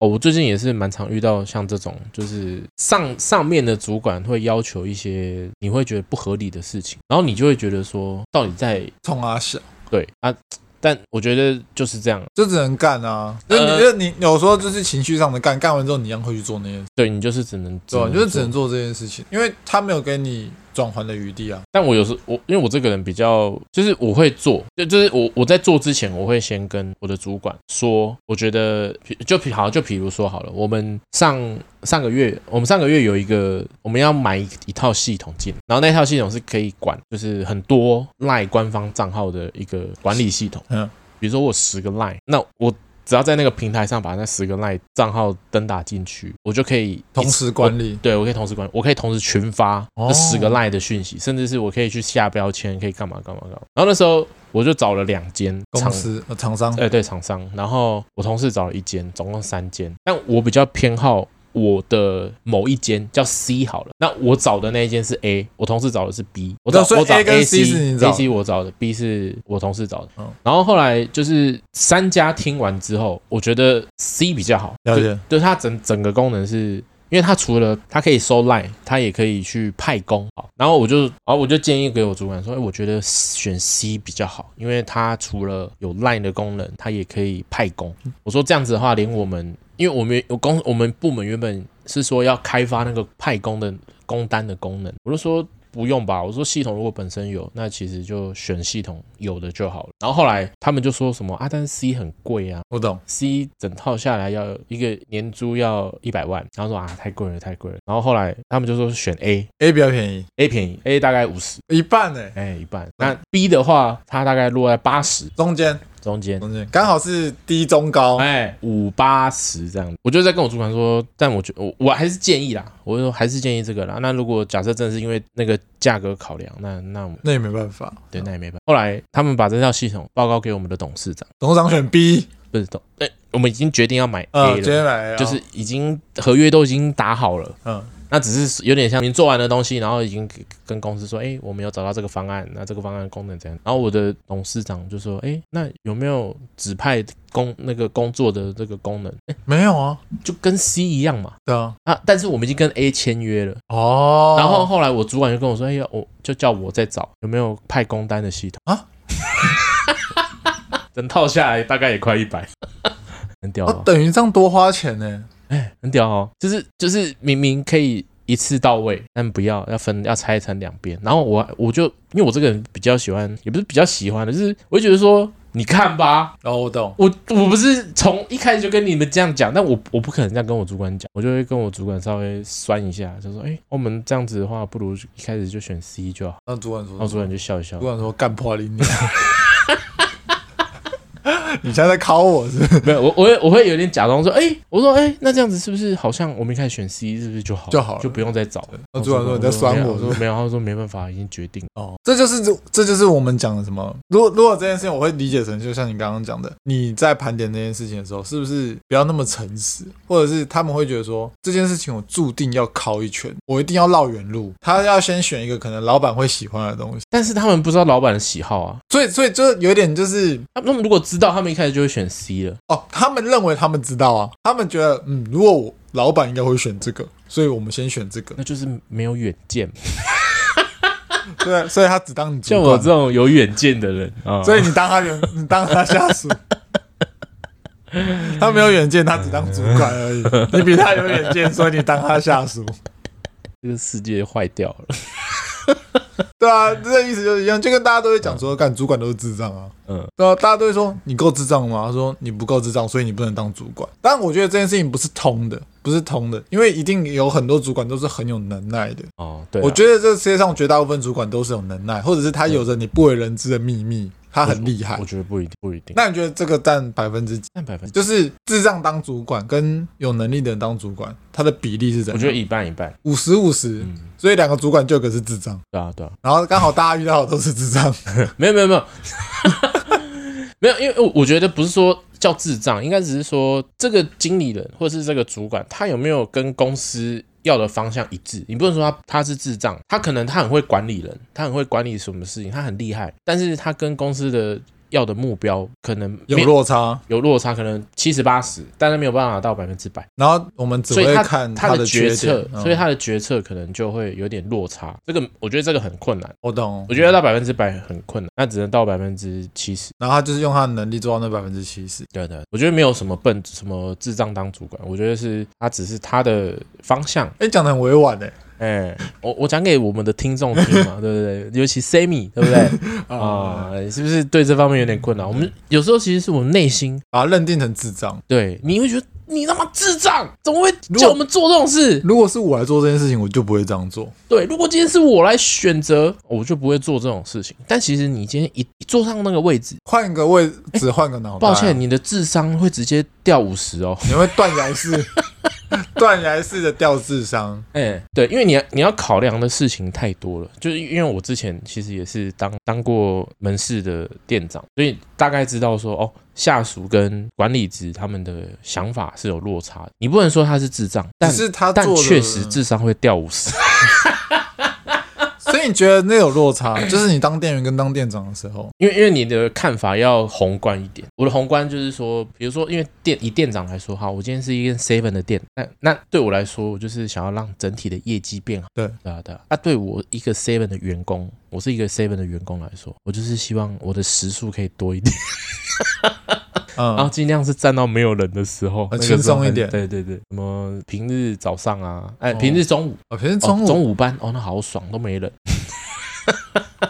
Speaker 1: 哦，我最近也是蛮常遇到像这种，就是上上面的主管会要求一些你会觉得不合理的事情，然后你就会觉得说，到底在
Speaker 2: 冲啊小，
Speaker 1: 对啊？但我觉得就是这样，
Speaker 2: 就只能干啊。那你
Speaker 1: 呃
Speaker 2: 就你有时候就是情绪上的干，干完之后你一样会去做那件事，
Speaker 1: 对你就是只能
Speaker 2: 对吧？啊你
Speaker 1: 做
Speaker 2: 就只能做这件事情，因为他没有给你转圜的余地啊。
Speaker 1: 但我有时我因为我这个人比较，就是我会做，就就是我我在做之前，我会先跟我的主管说，我觉得比就比好就比如说好了，我们上上个月我们上个月有一个我们要买一一套系统进，然后那套系统是可以管就是很多 LINE 官方账号的一个管理系统，
Speaker 2: 嗯
Speaker 1: 嗯，比如说我有十个 LINE，那我。只要在那个平台上把那十个 LINE 账号登打进去，我就可以一
Speaker 2: 同
Speaker 1: 次
Speaker 2: 时
Speaker 1: 我
Speaker 2: 管理，
Speaker 1: 对，我可以同时管，我可以同时群发
Speaker 2: 哦
Speaker 1: 这十个 line 的讯息，甚至是我可以去下标签，可以干嘛干嘛干嘛。然后那时候我就找了两间
Speaker 2: 公
Speaker 1: 厂，
Speaker 2: 司、呃、厂商
Speaker 1: 哎、对，厂商，然后我同事找了一间，总共三间，但我比较偏好。我的某一间叫 C 好了，那我找的那一间是 A，我同事找的是 B，我找
Speaker 2: 对所以
Speaker 1: 我找
Speaker 2: A 跟 C
Speaker 1: C
Speaker 2: 是你找的
Speaker 1: a C 我找的，B 是我同事找的。
Speaker 2: 嗯
Speaker 1: 然后后来就是三家听完之后，我觉得 C 比较好，
Speaker 2: 了解
Speaker 1: 就就是它整整个功能是。因为它除了它可以收 line，它也可以去派工。好，然后我就，然后我就建议给我主管说，哎，我觉得选 C 比较好，因为它除了有 line 的功能，它也可以派工。我说这样子的话，连我们，因为我们我公我们部门原本是说要开发那个派工的工单的功能，我就说不用吧。我说系统如果本身有，那其实就选系统有的就好了。然后后来他们就说什么啊，但是 C 很贵啊
Speaker 2: 我懂，
Speaker 1: ，C 整套下来要一个年租要一百万，然后说啊太贵了太贵了。然后后来他们就说选 A，A
Speaker 2: A 比较便宜，
Speaker 1: 便宜，A 大概五十，
Speaker 2: 一半欸呢、
Speaker 1: 哎一半。那 B 的话，它大概落在八十
Speaker 2: 中间
Speaker 1: 中间。
Speaker 2: 中间刚好是低中高，
Speaker 1: 哎，五八十这样，我就在跟我主管说，但我觉我我还是建议啦，我就说还是建议这个啦。那如果假设真的是因为那个价格考量，那那我们
Speaker 2: 那也没办法。
Speaker 1: 对那也没办法。后来他们把这套系统报告给我们的董事长，
Speaker 2: 董事长选 B，
Speaker 1: 不是董，哎、我们已经决定要买 A
Speaker 2: 呃，
Speaker 1: 了，
Speaker 2: 直接买 A 啊
Speaker 1: 就是已经合约都已经打好了，
Speaker 2: 嗯，
Speaker 1: 那只是有点像您做完的东西，然后已经给跟公司说，哎、我们有找到这个方案，那这个方案功能怎样？然后我的董事长就说，哎、那有没有指派工那个工作的这个功能？哎
Speaker 2: 没有啊，
Speaker 1: 就跟 C 一样嘛。
Speaker 2: 对啊，
Speaker 1: 啊，但是我们已经跟 A 签约了。
Speaker 2: 哦，
Speaker 1: 然后后来我主管就跟我说：“哎呀，我就叫我再找有没有派工单的系统”
Speaker 2: 啊。
Speaker 1: 整套下来大概也快一百， [laughs] 很屌
Speaker 2: 哦
Speaker 1: 哦，，
Speaker 2: 等于这样多花钱欸呢，
Speaker 1: 很屌哦！就是就是明明可以一次到位，但不要要分要拆成两边。然后我我就因为我这个人比较喜欢，也不是比较喜欢的，就是我就觉得说，你看吧，
Speaker 2: 哦，我懂，
Speaker 1: 我我不是从一开始就跟你们这样讲，但我我不可能这样跟我主管讲，我就会跟我主管稍微酸一下，就说：“哎、我们这样子的话，不如一开始就选 C 就好。
Speaker 2: 那主管”说，
Speaker 1: 哦然后主管就笑一笑
Speaker 2: 主，管说干破你
Speaker 1: [laughs]
Speaker 2: 你，你现在在考我是不是
Speaker 1: 没有，我我会我会有点假装说：“哎、我说哎、那这样子是不是好像我们一开始选 C 是不是就好
Speaker 2: 就好了
Speaker 1: 就不用再找了？”
Speaker 2: 那主管说你在酸
Speaker 1: 没有
Speaker 2: 我是不
Speaker 1: 说
Speaker 2: 是
Speaker 1: 没有，他说没办法，已经决定了。
Speaker 2: 哦，这就是这这就是我们讲的什么？如果如果这件事情，我会理解成就像你刚刚讲的，你在盘点这件事情的时候，是不是不要那么诚实，或者是他们会觉得说这件事情我注定要靠一圈，我一定要绕远路，他要先选一个可能老板会喜欢的东西，
Speaker 1: 但是他们不知道老板的喜好啊，啊
Speaker 2: 所以所以就有点就是
Speaker 1: 他们如果知道，他他们一开始就会选 C 了。
Speaker 2: 哦，他们认为他们知道啊，他们觉得嗯，如果我老板应该会选这个，所以我们先选这个。
Speaker 1: 那就是没有远见，
Speaker 2: 对，啊所以他只当你主
Speaker 1: 像我
Speaker 2: 管
Speaker 1: 这，种有远见的人啊，
Speaker 2: 所以你当他
Speaker 1: [laughs]
Speaker 2: 员，你当他下属。他没有远见，他只当主管而
Speaker 1: [laughs]
Speaker 2: 已。你比他有远见，所以你当他下属。
Speaker 1: 这个世界坏掉了。
Speaker 2: 对啊，这个意思就是一样，就跟大家都会讲说，干主管都是智障啊。
Speaker 1: 嗯，
Speaker 2: 对啊，大家都会说你够智障吗？他说你不够智障，所以你不能当主管。但我觉得这件事情不是通的，不是通的，因为一定有很多主管都是很有能耐的。
Speaker 1: 哦，对啊，
Speaker 2: 我觉得这世界上绝大部分主管都是有能耐，或者是他有着你不为人知的秘密，他很厉害
Speaker 1: 我。觉得不一定，不一定。
Speaker 2: 那你觉得这个占百分之几？
Speaker 1: 但百分之，
Speaker 2: 就是智障当主管跟有能力的人当主管，他的比例是怎
Speaker 1: 我
Speaker 2: 样？
Speaker 1: 觉得一半一半。
Speaker 2: 五十五十，
Speaker 1: 嗯，
Speaker 2: 所以两个主管就有一个是智障，
Speaker 1: 对啊，对啊，
Speaker 2: 然后刚好大家遇到的都是智障。
Speaker 1: 没有没有没有，没有，因为我我觉得不是说叫智障，应该只是说这个经理人或是这个主管，他有没有跟公司。要的方向一致，你不能说他他是智障，他可能他很会管理人，他很会管理什么事情，他很厉害，但是他跟公司的要的目标可能
Speaker 2: 有
Speaker 1: [laughs] 没
Speaker 2: 落差，
Speaker 1: 有落差，可能七十八十，但是没有办法到百分之百，
Speaker 2: 然后我们只
Speaker 1: 所以
Speaker 2: 会
Speaker 1: 他
Speaker 2: 看
Speaker 1: 他
Speaker 2: 的缺
Speaker 1: 决
Speaker 2: 点
Speaker 1: 策，
Speaker 2: 嗯
Speaker 1: 所以他的决策可能就会有点落差。这个我觉得这个很困难，
Speaker 2: 我懂
Speaker 1: 我，觉得到百分之百很困难，那只能到百分之七十。
Speaker 2: 然后他就是用他的能力做到那百分之七十。
Speaker 1: 对对，我觉得没有什么笨什么智障当主管，我觉得是他只是他的方向。
Speaker 2: 哎，讲的很委婉哎、
Speaker 1: 哎、我我讲给我们的听众听嘛，对不对？尤其 Sammy，对不对？啊、你是不是对这方面有点困扰？我们有时候其实是我们内心
Speaker 2: 把他认定成智障。
Speaker 1: 对，你会觉得你他妈智障，怎么会
Speaker 2: 如果
Speaker 1: 叫我们做这种事？
Speaker 2: 如果是我来做这件事情，我就不会这样做。
Speaker 1: 对，如果今天是我来选择，我就不会做这种事情。但其实你今天一一坐上那个位置，
Speaker 2: 换个位置，换个脑袋啊。
Speaker 1: 抱歉，你的智商会直接掉五十哦。
Speaker 2: 你会断崖式、 [laughs] 断崖式的掉智商。
Speaker 1: 哎、对，因为你要你要考量的事情太多了，就是因为我之前其实也是当当过门市的店长，所以大概知道说哦，下属跟管理职他们的想法是有落差的。你不能说他是智障，但
Speaker 2: 只是他
Speaker 1: 但
Speaker 2: 做的
Speaker 1: 确实智商会掉五十。
Speaker 2: 所以你觉得那有落
Speaker 1: [coughs]
Speaker 2: 差，就是你当店员跟当店长的时候，
Speaker 1: 因为因为你的看法要宏观一点，我的宏观就是说，比如说，因为店以店长来说，哈，我今天是一个 seven 的店，那那对我来说，我就是想要让整体的业绩变好。
Speaker 2: 对
Speaker 1: 对啊对啊，那对我一个 seven 的员工，我是一个 seven 的员工来说，我就是希望我的时数可以多一点，
Speaker 2: 嗯，
Speaker 1: 然后尽量是站到没有人的时候，
Speaker 2: 呃
Speaker 1: 那个时候
Speaker 2: 轻松一
Speaker 1: 很
Speaker 2: 点
Speaker 1: 对对对，什么平日早上啊，哎，
Speaker 2: 哦
Speaker 1: 平日中午，
Speaker 2: 哦，平时
Speaker 1: 哦
Speaker 2: 中午
Speaker 1: 中午班，哦，那好爽，都没人。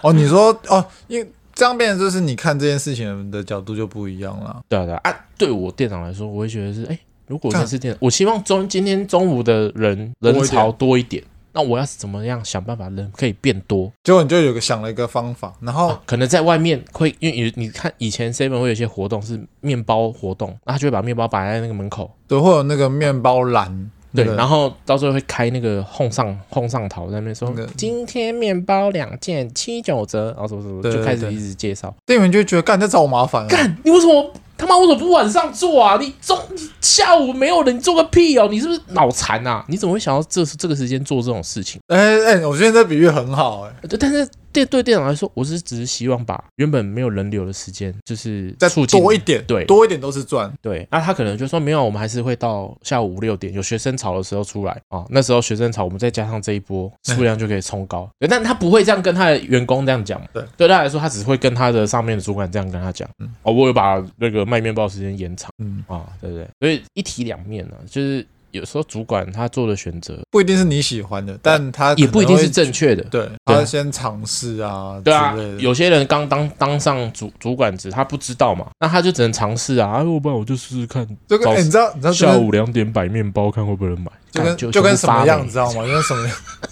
Speaker 2: 哦，你说哦，因为这样变成就是你看这件事情的角度就不一样了。
Speaker 1: 对啊，对啊，啊对我店长来说，我会觉得是，哎，如果我
Speaker 2: 干
Speaker 1: 今天是店长，我希望中今天中午的人
Speaker 2: 多
Speaker 1: 人
Speaker 2: 一点
Speaker 1: 潮多一点，那我要怎么样想办法人可以变多？哦
Speaker 2: 结果你就有个想了一个方法，然后
Speaker 1: 可能在外面会，因为你你看以前 seven 会有一些活动是面包活动，那他就会把面包摆在那个门口，
Speaker 2: 对，会有那个面包篮，
Speaker 1: 对，
Speaker 2: 不
Speaker 1: 然后到最后会开那个哄上哄上桃在那边说
Speaker 2: 那个，
Speaker 1: 今天面包两件七九折，然后什么什么，
Speaker 2: 对
Speaker 1: 就开始
Speaker 2: 对
Speaker 1: 一直介绍。
Speaker 2: 店员就觉得干在找我麻烦、啊，
Speaker 1: 干，你为什么他妈为什么不晚上做啊？你中你下午没有人，你做个屁哦！你是不是脑残啊？你怎么会想要这这个时间做这种事情？
Speaker 2: 哎哎、我觉得这比喻很好、哎，
Speaker 1: 呃但是对对店长来说，我是只是希望把原本没有人流的时间，就是
Speaker 2: 再
Speaker 1: 促进
Speaker 2: 多一点，
Speaker 1: 对
Speaker 2: 多一点都是赚。
Speaker 1: 对。那他可能就说没有，我们还是会到下午五六点有学生潮的时候出来啊、那时候学生潮，我们再加上这一波数量就可以冲高。对但他不会这样跟他的员工这样讲，
Speaker 2: 对，
Speaker 1: 对他来说，他只会跟他的上面的主管这样跟他讲，
Speaker 2: 嗯
Speaker 1: 哦，我有把那个卖面包的时间延长。
Speaker 2: 嗯，
Speaker 1: 啊、对不对？所以一体两面呢、啊，就是有时候主管他做的选择
Speaker 2: 不一定是你喜欢的，但他
Speaker 1: 也不一定是
Speaker 2: 这，
Speaker 1: 正确的。
Speaker 2: 对，他会先尝试啊，
Speaker 1: 对啊
Speaker 2: 之类，的
Speaker 1: 有些人刚当当上主主管职，他不知道嘛，那他就只能尝试啊。啊，要不然我就试试看，
Speaker 2: 就跟、
Speaker 1: 早
Speaker 2: 哎你知道你知道就
Speaker 1: 下
Speaker 2: 跟
Speaker 1: 午两点摆面包，看会不会有人买。
Speaker 2: 就
Speaker 1: 干
Speaker 2: 跟
Speaker 1: 就
Speaker 2: 就跟什么样，
Speaker 1: 就
Speaker 2: 你
Speaker 1: 发
Speaker 2: 知道吗？就跟什么样，
Speaker 1: 霉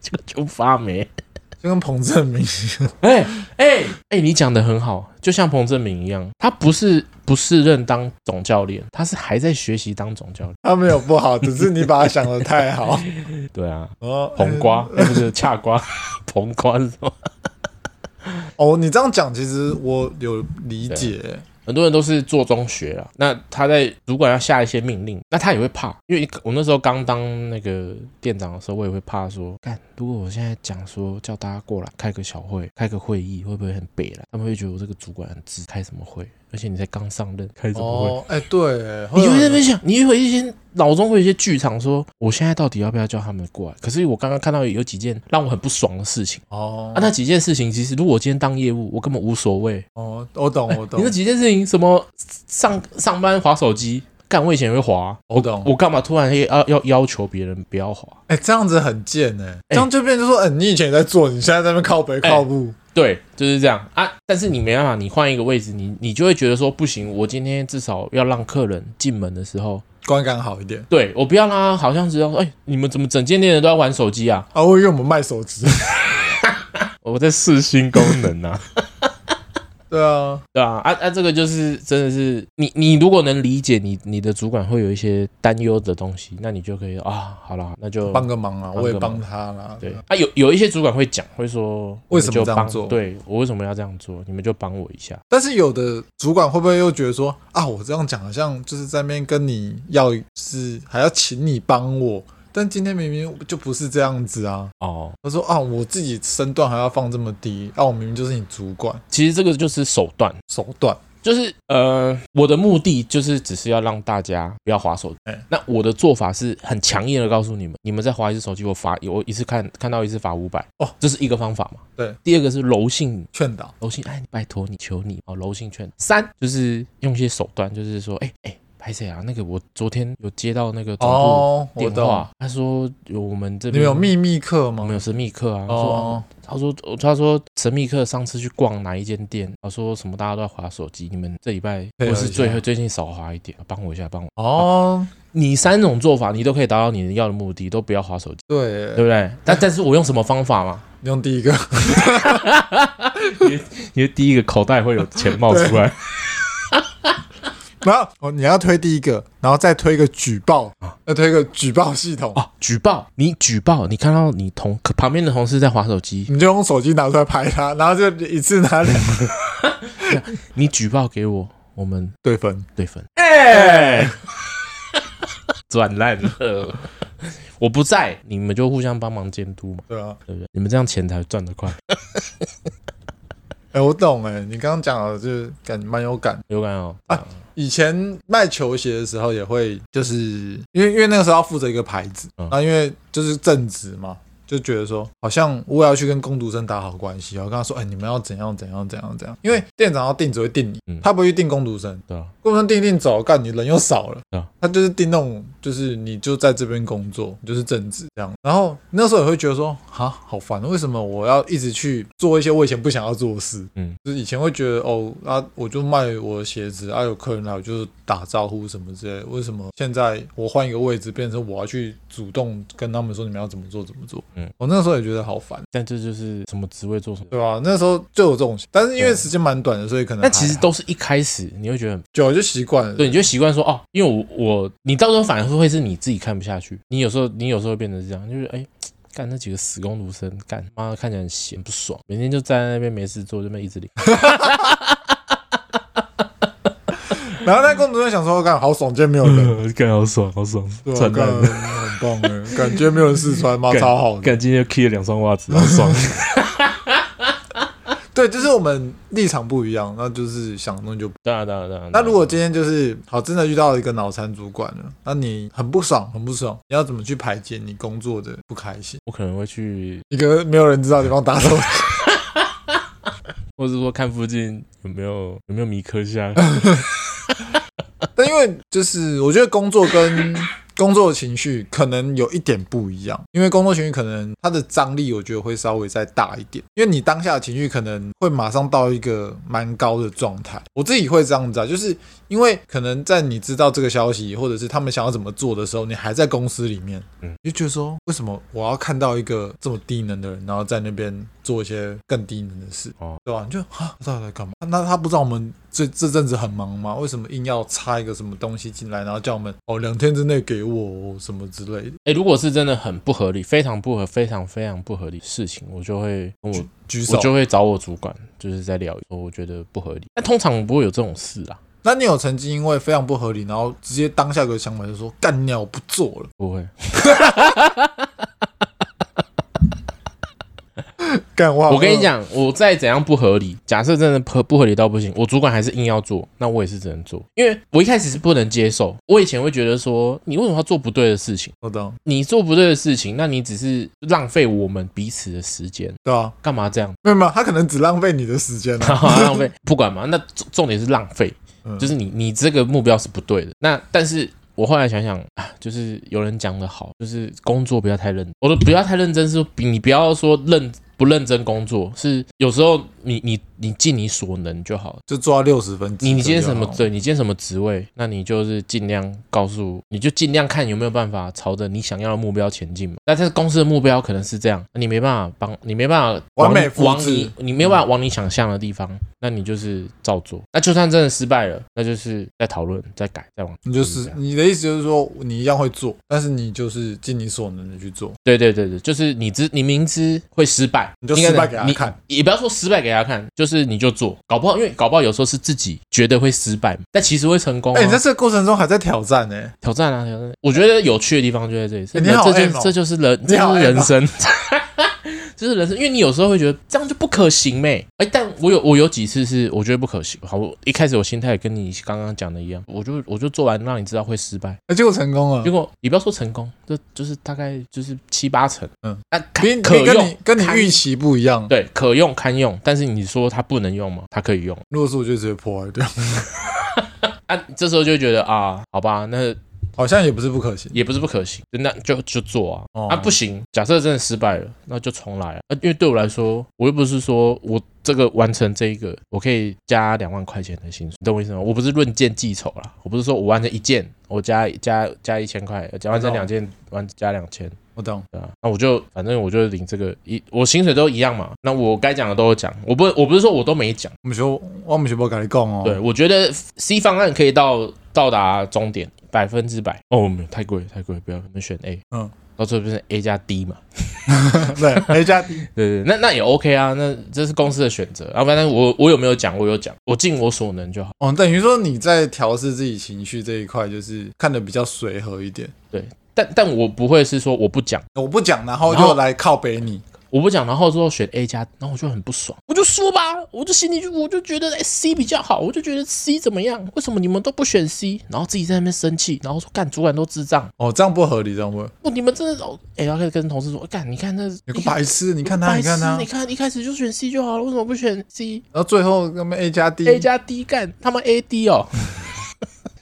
Speaker 1: 就就发霉。
Speaker 2: 就跟彭正明，
Speaker 1: 哎哎哎，你讲的很好，就像彭正明一样，他不是不是任当总教练，他是还在学习当总教练。
Speaker 2: 他没有不好，只是你把他想的太
Speaker 1: [laughs]
Speaker 2: 好。
Speaker 1: 对啊，
Speaker 2: 哦，
Speaker 1: 红瓜、哎不是恰瓜，红瓜是什么？
Speaker 2: 哦，你这样讲，其实我有理解、
Speaker 1: 很多人都是做中学啦。那他在主管要下一些命令，那他也会怕，因为我那时候刚当那个店长的时候，我也会怕说，看如果我现在讲说叫大家过来开个小会、开个会议，会不会很北了？他们会觉得我这个主管很直，开什么会？而且你才刚上任，开什么会？
Speaker 2: 哦，哎、对，
Speaker 1: [laughs] 你就
Speaker 2: 会
Speaker 1: 会在那
Speaker 2: 有
Speaker 1: 边想，你会一些脑中会有一些剧场说，我现在到底要不要叫他们过来？可是我刚刚看到有几件让我很不爽的事情
Speaker 2: 哦
Speaker 1: 啊，那几件事情其实如果我今天当业务，我根本无所谓。
Speaker 2: 哦，我懂我懂
Speaker 1: 你那，几件事情，什么上上班划手机，干我以前也会划，啊
Speaker 2: 我懂
Speaker 1: 我干嘛突然要要要求别人不要划？
Speaker 2: 哎、这样子很贱哎、这样就变成说，嗯、你以前也在做，你现在在那边靠北
Speaker 1: 哎
Speaker 2: 靠步，
Speaker 1: 对，就是这样啊。但是你没办法，你换一个位置，你你就会觉得说不行，我今天至少要让客人进门的时候，
Speaker 2: 观感好一点
Speaker 1: 对我不要让他好像知道，哎、你们怎么整间店的都在玩手机啊？
Speaker 2: 啊。我以为我们卖手机， [laughs]
Speaker 1: 我在试新功能啊，
Speaker 2: 对啊，
Speaker 1: [laughs] 对啊，啊啊，这个就是真的是你你如果能理解你你的主管会有一些担忧的东西，那你就可以啊，好了，那就
Speaker 2: 帮个忙啊，
Speaker 1: 个忙
Speaker 2: 我也帮他啦。
Speaker 1: 对啊，有有一些主管会讲，会说
Speaker 2: 为什么
Speaker 1: 你们就
Speaker 2: 这样
Speaker 1: 帮
Speaker 2: 做
Speaker 1: 对我为什么要这样做？你们就帮我一下，
Speaker 2: 但是有的主管会不会又觉得说啊，我这样讲好像就是在那边跟你要是还要请你帮我，但今天明明就不是这样子啊。
Speaker 1: 哦，
Speaker 2: 他说啊，我自己身段还要放这么低，啊，我明明就是你主管
Speaker 1: 其实这个就是手段，
Speaker 2: 手段，
Speaker 1: 就是呃，我的目的就是只是要让大家不要划手机。
Speaker 2: 哎
Speaker 1: 那我的做法是很强硬的告诉你们，你们再划一次手机，我罚我一次看看到一次罚五百。
Speaker 2: 哦，
Speaker 1: 这是一个方法嘛。
Speaker 2: 对，
Speaker 1: 第二个是柔性
Speaker 2: 劝导
Speaker 1: 柔性，哎，你拜托你，求你哦，柔性劝。三就是用一些手段，就是说，哎哎，拍谁啊？那个我昨天有接到那个总部
Speaker 2: 哦，我
Speaker 1: 电
Speaker 2: 懂
Speaker 1: 话，。他说有我们这
Speaker 2: 你
Speaker 1: 边
Speaker 2: 们有秘密课
Speaker 1: 我
Speaker 2: 吗
Speaker 1: 们？有神秘客啊。哦
Speaker 2: 哦，
Speaker 1: 他说哦他说神秘客上次去逛哪一间店，他说什么大家都在划手机，你们这礼拜
Speaker 2: 配合一
Speaker 1: 或是最
Speaker 2: 下
Speaker 1: 最近少划一点，帮我一下，帮我。
Speaker 2: 哦，
Speaker 1: 你三种做法，你都可以达到你要的目的，都不要划手机，
Speaker 2: 对
Speaker 1: 对，不对？但但是我用什么方法嘛？
Speaker 2: 你用第一个， [laughs]
Speaker 1: 因为第一个口袋会有钱冒出来。
Speaker 2: 然后哦，你要推第一个，然后再推一个举报，再推一个举报系统，
Speaker 1: 啊，举报你举报，你看到你同旁边的同事在划手机，
Speaker 2: 你就用手机拿出来拍他，然后就一次拿两个
Speaker 1: 你举报给我，我们
Speaker 2: [laughs] 对分。
Speaker 1: 对分。哎、 [laughs] 转烂 [laughs] 了，我不在，你们就互相帮忙监督嘛，
Speaker 2: 对啊，
Speaker 1: 对不对？你们这样钱才赚得快，
Speaker 2: 哎、我懂哎、你刚刚讲的就是感蛮有感。
Speaker 1: 有感哦。
Speaker 2: 啊以前卖球鞋的时候也会，就是因为因为那个时候要负责一个牌子，
Speaker 1: 嗯
Speaker 2: 然后因为就是正职嘛，就觉得说好像我也要去跟工读生打好关系，我跟他说，哎、你们要怎样怎样怎样怎样，因为店长要定只会定你
Speaker 1: 嗯，
Speaker 2: 他不会去定工读生，
Speaker 1: 对啊，
Speaker 2: 工读生定一定走，干你人又少了，
Speaker 1: 对啊
Speaker 2: 他就是定那种，就是你就在这边工作，就是正职这样。然后那时候也会觉得说，哈，好烦，哦为什么我要一直去做一些我以前不想要做的事？
Speaker 1: 嗯，
Speaker 2: 就是以前会觉得哦，啊，我就卖我的鞋子，啊，有客人来我就打招呼什么之类的。为什么现在我换一个位置，变成我要去主动跟他们说你们要怎么做怎么做？
Speaker 1: 嗯，
Speaker 2: 我那时候也觉得好烦，
Speaker 1: 但这就是什么职位做什么。
Speaker 2: 对吧、那时候就有这种，但是因为
Speaker 1: 对
Speaker 2: 时间蛮短的，所以可能
Speaker 1: 但嗯其实
Speaker 2: 还好
Speaker 1: 都是一开始你会觉得很，
Speaker 2: 久了就习惯了。
Speaker 1: 对，你就习惯说哦，因为我我你到时候反而会是你自己看不下去，你有时候你有时候会变成这样，就是哎。干那几个死工读生，干妈的看起来很闲不爽，每天就站在那边没事做，就那边一直领。
Speaker 2: 然后那工读生想说，干好爽，今天没有人。
Speaker 1: [laughs] 干好爽，好爽，
Speaker 2: 对啊，感很棒哎，感觉没有人试穿，妈超好的。
Speaker 1: 今天又 key 了两双袜子，好爽。
Speaker 2: 对，就是我们立场不一样，那就是想弄就。
Speaker 1: 当然，当然，当然。
Speaker 2: 那如果今天就是好，真的遇到一个脑残主管了，那你很不爽，很不爽，你要怎么去排解你工作的不开心？
Speaker 1: 我可能会去，
Speaker 2: 一个没有人知道的地方打手，
Speaker 1: 或者说看附近有没有有没有米
Speaker 2: [laughs]
Speaker 1: 克虾。
Speaker 2: 但因为就是我觉得工作跟 [coughs] 工作情绪可能有一点不一样，因为工作情绪可能它的张力，我觉得会稍微再大一点，因为你当下的情绪可能会马上到一个蛮高的状态。我自己会这样子啊，就是因为可能在你知道这个消息，或者是他们想要怎么做的时候，你还在公司里面，
Speaker 1: 嗯
Speaker 2: 你就觉得说，为什么我要看到一个这么低能的人，然后在那边做一些更低能的事？
Speaker 1: 哦
Speaker 2: 对吧、你就啊，他到底在干嘛？那他不知道我们这这阵子很忙吗？为什么硬要插一个什么东西进来，然后叫我们哦两天之内给我、哦、什么之类的？
Speaker 1: 哎，如果是真的很不合理，非常不合，非常非常不合理的事情，我就会跟我
Speaker 2: 举举
Speaker 1: 我
Speaker 2: 手，
Speaker 1: 就会找我主管，就是在聊，说我觉得不合理。但通常不会有这种事啊，
Speaker 2: 那你有曾经因为非常不合理，然后直接当下有个想法就说干鸟不做了，
Speaker 1: 不会。
Speaker 2: 干哇！
Speaker 1: 我跟你，讲，我再怎样不合理，假设真的不合不合理到不行，我主管还是硬要做，那我也是只能做，因为我一开始是不能接受。我以前会觉得说，你为什么要做不对的事情？
Speaker 2: 我懂，
Speaker 1: 你做不对的事情，那你只是浪费我们彼此的时间，
Speaker 2: 对啊，
Speaker 1: 干嘛这样？ [laughs]
Speaker 2: 没有没有，他可能只浪费你的时间啊了、
Speaker 1: 然后浪费，不管嘛。那重重点是浪费，
Speaker 2: 嗯
Speaker 1: 就是你你这个目标是不对的。那但是我后来想想啊，就是有人讲的好，就是工作不要太认，我说不要太认真是比你不要说认不认真工作，是有时候你你你尽你所能就好了。
Speaker 2: 就做到六十分。
Speaker 1: 你你今天什么
Speaker 2: 这
Speaker 1: 对你今天什么职位，那你就是尽量告诉，你就尽量看有没有办法朝着你想要的目标前进嘛。那但是公司的目标可能是这样，你没办法帮，你没办法
Speaker 2: 完
Speaker 1: 往
Speaker 2: 美复
Speaker 1: 往
Speaker 2: 制
Speaker 1: 你你没有办法往你想象的地方，那你就是照做。那就算真的失败了，那就是再讨论、再改、再往。
Speaker 2: 你就
Speaker 1: 这
Speaker 2: 是
Speaker 1: 样
Speaker 2: 你的意思就是说你一样会做，但是你就是尽你所能的去做。
Speaker 1: 对对对对，就是你知你明知会失败，
Speaker 2: 你就
Speaker 1: 应该
Speaker 2: 失败
Speaker 1: 讲
Speaker 2: 给他
Speaker 1: 你
Speaker 2: 看
Speaker 1: 也不要说失败给他看，就是你就做，搞不好因为搞不好有时候是自己觉得会失败，但其实会成功、啊。
Speaker 2: 哎、你在这个过程中还在挑战欸呢、
Speaker 1: 挑战啊，挑战！我觉得有趣的地方就在这里，是
Speaker 2: 你好
Speaker 1: 这就
Speaker 2: M 哦
Speaker 1: 这就是人，这
Speaker 2: 你好
Speaker 1: 就是
Speaker 2: M
Speaker 1: 人
Speaker 2: 哦
Speaker 1: 生， [laughs] 这是人生。因为你有时候会觉得这样就不可行呗。哎，但我有我有几次是我觉得不可行。好，我一开始我心态跟你刚刚讲的一样，我就我就做完，让你知道会失败。
Speaker 2: 哎结果成功了
Speaker 1: 结，果也不要说成功，这就是大概就是七八成，
Speaker 2: 嗯，
Speaker 1: 那
Speaker 2: 比
Speaker 1: 可
Speaker 2: 比
Speaker 1: 可
Speaker 2: 跟你
Speaker 1: 用
Speaker 2: 跟你
Speaker 1: 堪
Speaker 2: 预期不一样。啊
Speaker 1: 对可用堪用，但是你说它不能用吗？它可以用
Speaker 2: 如果是我就直接破坏掉，
Speaker 1: 啊，这时候就会觉得啊，好吧，那
Speaker 2: 好像也不是不可行。
Speaker 1: 也不是不可行，那就就做啊、
Speaker 2: 哦
Speaker 1: 啊不行，假设真的失败了，那就重来啊，啊因为对我来说，我又不是说我这个完成这一个，我可以加两万块钱的薪水，你懂我意思吗？我不是论件计酬啦，我不是说我完成一件，我加加加一千块，加完成两件完加两千。
Speaker 2: 我懂，
Speaker 1: 对啊，那我就反正我就领这个一，我薪水都一样嘛。那我该讲的都有讲，我不我不是说我都没讲。
Speaker 2: 我们学我们学不跟你讲哦。
Speaker 1: 对，，我觉得 C 方案可以到到达终点百分之百。哦，没有太贵了太贵了，不要，我们选 A。
Speaker 2: 嗯，
Speaker 1: 到最后变成 A 加 D 嘛。
Speaker 2: [laughs] 对，A [laughs] 加 D，
Speaker 1: 对对，那那也 OK 啊，那这是公司的选择啊。反正我我有没有讲，我有讲，我尽我所能就好。
Speaker 2: 哦，等于说你在调试自己情绪这一块，就是看得比较随和一点。
Speaker 1: 但但我不会是说我不讲，
Speaker 2: 我不讲，然后
Speaker 1: 然后
Speaker 2: 就来靠北你。
Speaker 1: 我不讲，然后之后选 A 加，然后我就很不爽，我就说吧，我就心里就我就觉得哎 C 比较好，我就觉得 C 怎么样？为什么你们都不选 C？然后自己在那边生气，然后说干主管都智障，
Speaker 2: 哦，这样不合理，这样不合理？
Speaker 1: 不你们真的哦，哎，然后开始跟同事说，干你看那
Speaker 2: 有个白痴，你看他，
Speaker 1: 白
Speaker 2: 你
Speaker 1: 痴
Speaker 2: 看他，，
Speaker 1: 你
Speaker 2: 然
Speaker 1: 看一开始就选 C 就好了，为什么不选 C？A
Speaker 2: 后最后他们 A 加 D，
Speaker 1: 加 D 干他们 A D 哦，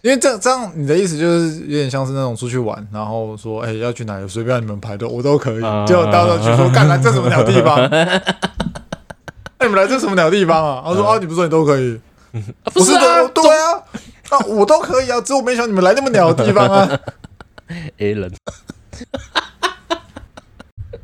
Speaker 2: 因为这这样你的意思就是有点像是那种出去玩，然后说哎、要去哪里，随便你们排队，我都可以。
Speaker 1: 啊
Speaker 2: 结果到时候去说干来这什么鸟 [laughs] 地方？哎、你们来这什么鸟地方啊？他说哦、啊，你不是说你都可以，
Speaker 1: 啊不是啊
Speaker 2: 我，对啊，啊我都可以啊，只是我没想到你们来那么鸟的地方啊。 [laughs]
Speaker 1: A 人。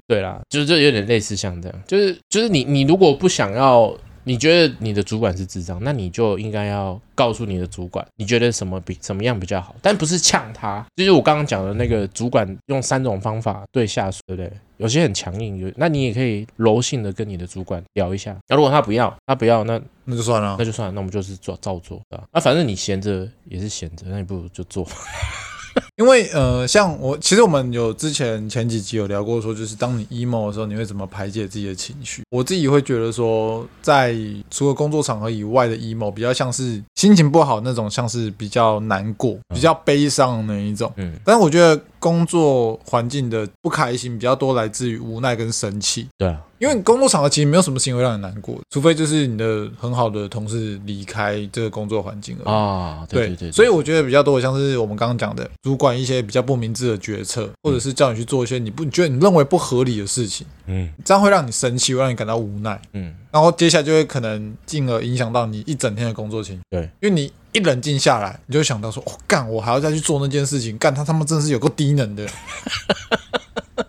Speaker 1: 对啦，就是就有点类似像这样，就是就是你你如果不想要，你觉得你的主管是智障，那你就应该要告诉你的主管，你觉得什么比怎么样比较好，但不是呛他，就是我刚刚讲的那个主管用三种方法对下属，对不对？有些很强硬，有那你也可以柔性的跟你的主管聊一下。那如果他不要，他不要，那
Speaker 2: 那就算了
Speaker 1: 那，就算了，那我们就是照照做，对吧？那、反正你闲着也是闲着，那你不如就做。
Speaker 2: 因为呃，像我其实我们有之前前几集有聊过说，就是当你 emo 的时候，你会怎么排解自己的情绪？我自己会觉得说，在除了工作场合以外的 emo，比较像是心情不好那种，像是比较难过、比较悲伤的那一种。
Speaker 1: [laughs] 嗯，
Speaker 2: 但是我觉得工作环境的不开心比较多来自于无奈跟生气，
Speaker 1: 对啊，
Speaker 2: 因为你工作场合其实没有什么事情会让你难过，除非就是你的很好的同事离开这个工作环境而已。
Speaker 1: 啊，对对对，
Speaker 2: 所以我觉得比较多的像是我们刚刚讲的，主管一些比较不明智的决策，或者是叫你去做一些你不你觉得你认为不合理的事情，
Speaker 1: 嗯
Speaker 2: 这样会让你生气，会让你感到无奈，
Speaker 1: 嗯。
Speaker 2: 然后接下来就会可能进而影响到你一整天的工作情绪。
Speaker 1: 对，
Speaker 2: 因为你一冷静下来，你就会想到说，哦，
Speaker 1: [laughs]
Speaker 2: 干，我还要再去做那件事情，干他他妈真是有够低能的，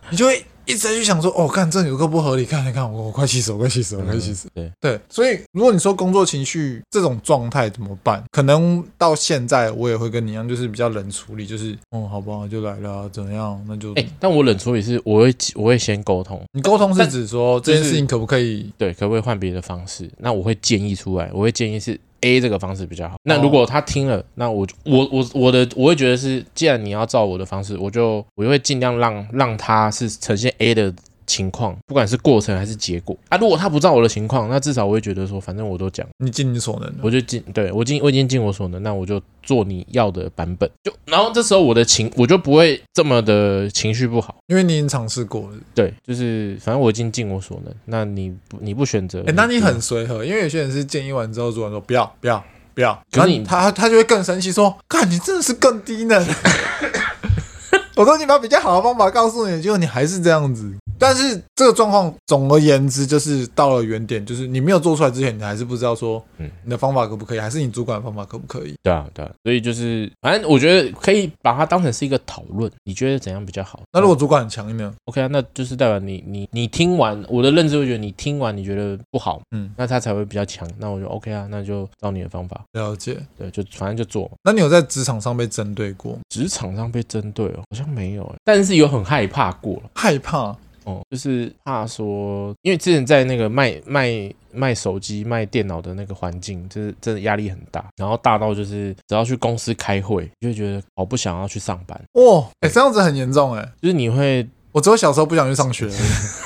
Speaker 2: 你就会一直在去想说，哦，看这有个不合理，看，看我我快气死，我快气死，我快气死。
Speaker 1: 对，
Speaker 2: 对，所以如果你说工作情绪这种状态怎么办？可能到现在我也会跟你一样，就是比较冷处理，就是嗯，好吧，就来了啊，怎样？那就、
Speaker 1: 哎、但我冷处理是，我会我会先沟通，
Speaker 2: 你沟通是
Speaker 1: 但
Speaker 2: 指说这
Speaker 1: 就是
Speaker 2: 件事情可不可以？
Speaker 1: 对，可不可以换别的方式？那我会建议出来，我会建议是 A 这个方式比较好。那
Speaker 2: 哦
Speaker 1: 如果他听了，那我就我我我的我会觉得是，既然你要照我的方式，我就我就会尽量让让他是呈现 A 的情况，不管是过程还是结果啊。如果他不照我的情况，那至少我会觉得说，反正我都讲了，
Speaker 2: 你尽你所能的。
Speaker 1: 我就尽对我尽我已经尽我所能，那我就做你要的版本。就然后这时候我的情我就不会这么的情绪不好。
Speaker 2: 因为你已经尝试过了。
Speaker 1: 对，就是反正我已经尽我所能。那你不你不选择，
Speaker 2: 哎、那你很随和，因为有些人是建议完之后，主管说不要不要不要，
Speaker 1: 可
Speaker 2: 然
Speaker 1: 是
Speaker 2: 后
Speaker 1: 你
Speaker 2: 他他就会更生气，说：“看你真的是更低能。” [laughs] 我说你把比较好的方法告诉你，结果你还是这样子。但是这个状况，总而言之，就是到了原点，就是你没有做出来之前，你还是不知道说
Speaker 1: 嗯
Speaker 2: 你的方法可不可以，还是你主管的方法可不可以。
Speaker 1: 对啊，对啊，所以就是，反正我觉得可以把它当成是一个讨论，你觉得怎样比较好？
Speaker 2: 那如果主管很强硬呢？
Speaker 1: OK 啊，那就是代表你你你听完我的认知，会觉得你听完你觉得不好，
Speaker 2: 嗯，
Speaker 1: 那他才会比较强。那我就 OK 啊，那就照你的方法，
Speaker 2: 了解。
Speaker 1: 对，就反正就做嘛。
Speaker 2: 那你有在职场上被针对过吗？
Speaker 1: 职场上被针对哦，好像没有欸，但是有很害怕过了
Speaker 2: 害怕？
Speaker 1: 哦，就是怕说，因为之前在那个卖卖卖手机、卖电脑的那个环境，就是真的压力很大，然后大到就是只要去公司开会，就会觉得好不想要去上班，
Speaker 2: 哇、哎、这样子很严重哎、
Speaker 1: 就是你会
Speaker 2: 我只有小时候不想去上学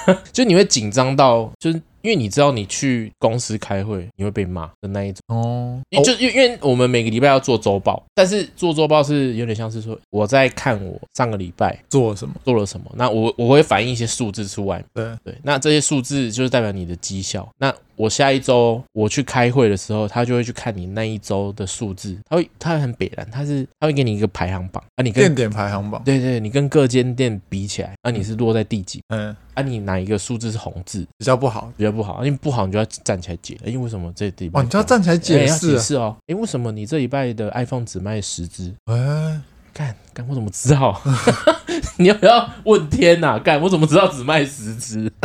Speaker 2: 而已。
Speaker 1: 就你会紧张到，就是因为你知道你去公司开会你会被骂的那一种，
Speaker 2: 哦，
Speaker 1: 因为就因为因为我们每个礼拜要做周报，但是做周报是有点像是说我在看我上个礼拜
Speaker 2: 做了什么？
Speaker 1: 做了什么，那我我会反映一些数字出来，
Speaker 2: 对，
Speaker 1: 对，那这些数字就是代表你的绩效。那我下一周我去开会的时候，他就会去看你那一周的数字，他会他会很北然，他是他会给你一个排行榜啊，你
Speaker 2: 电
Speaker 1: 跟
Speaker 2: 点排行榜，
Speaker 1: 对对，你跟各间店比起来，啊你是落在第几？
Speaker 2: 嗯，
Speaker 1: 啊你哪一个数字是红字？
Speaker 2: 比较不好。
Speaker 1: 比较不好，因为不好你就要站起来解，哎因为为什么这地
Speaker 2: 哇，
Speaker 1: 方？
Speaker 2: 哦你就要站起来解
Speaker 1: 哎
Speaker 2: 释
Speaker 1: 要解
Speaker 2: 啊！
Speaker 1: 释哦，哎，为什么你这礼拜的 iPhone 只卖十只？
Speaker 2: 哎，
Speaker 1: 干干，我怎么知道？ [laughs] 你要不要问天呐、干，我怎么知道只卖十只 [laughs]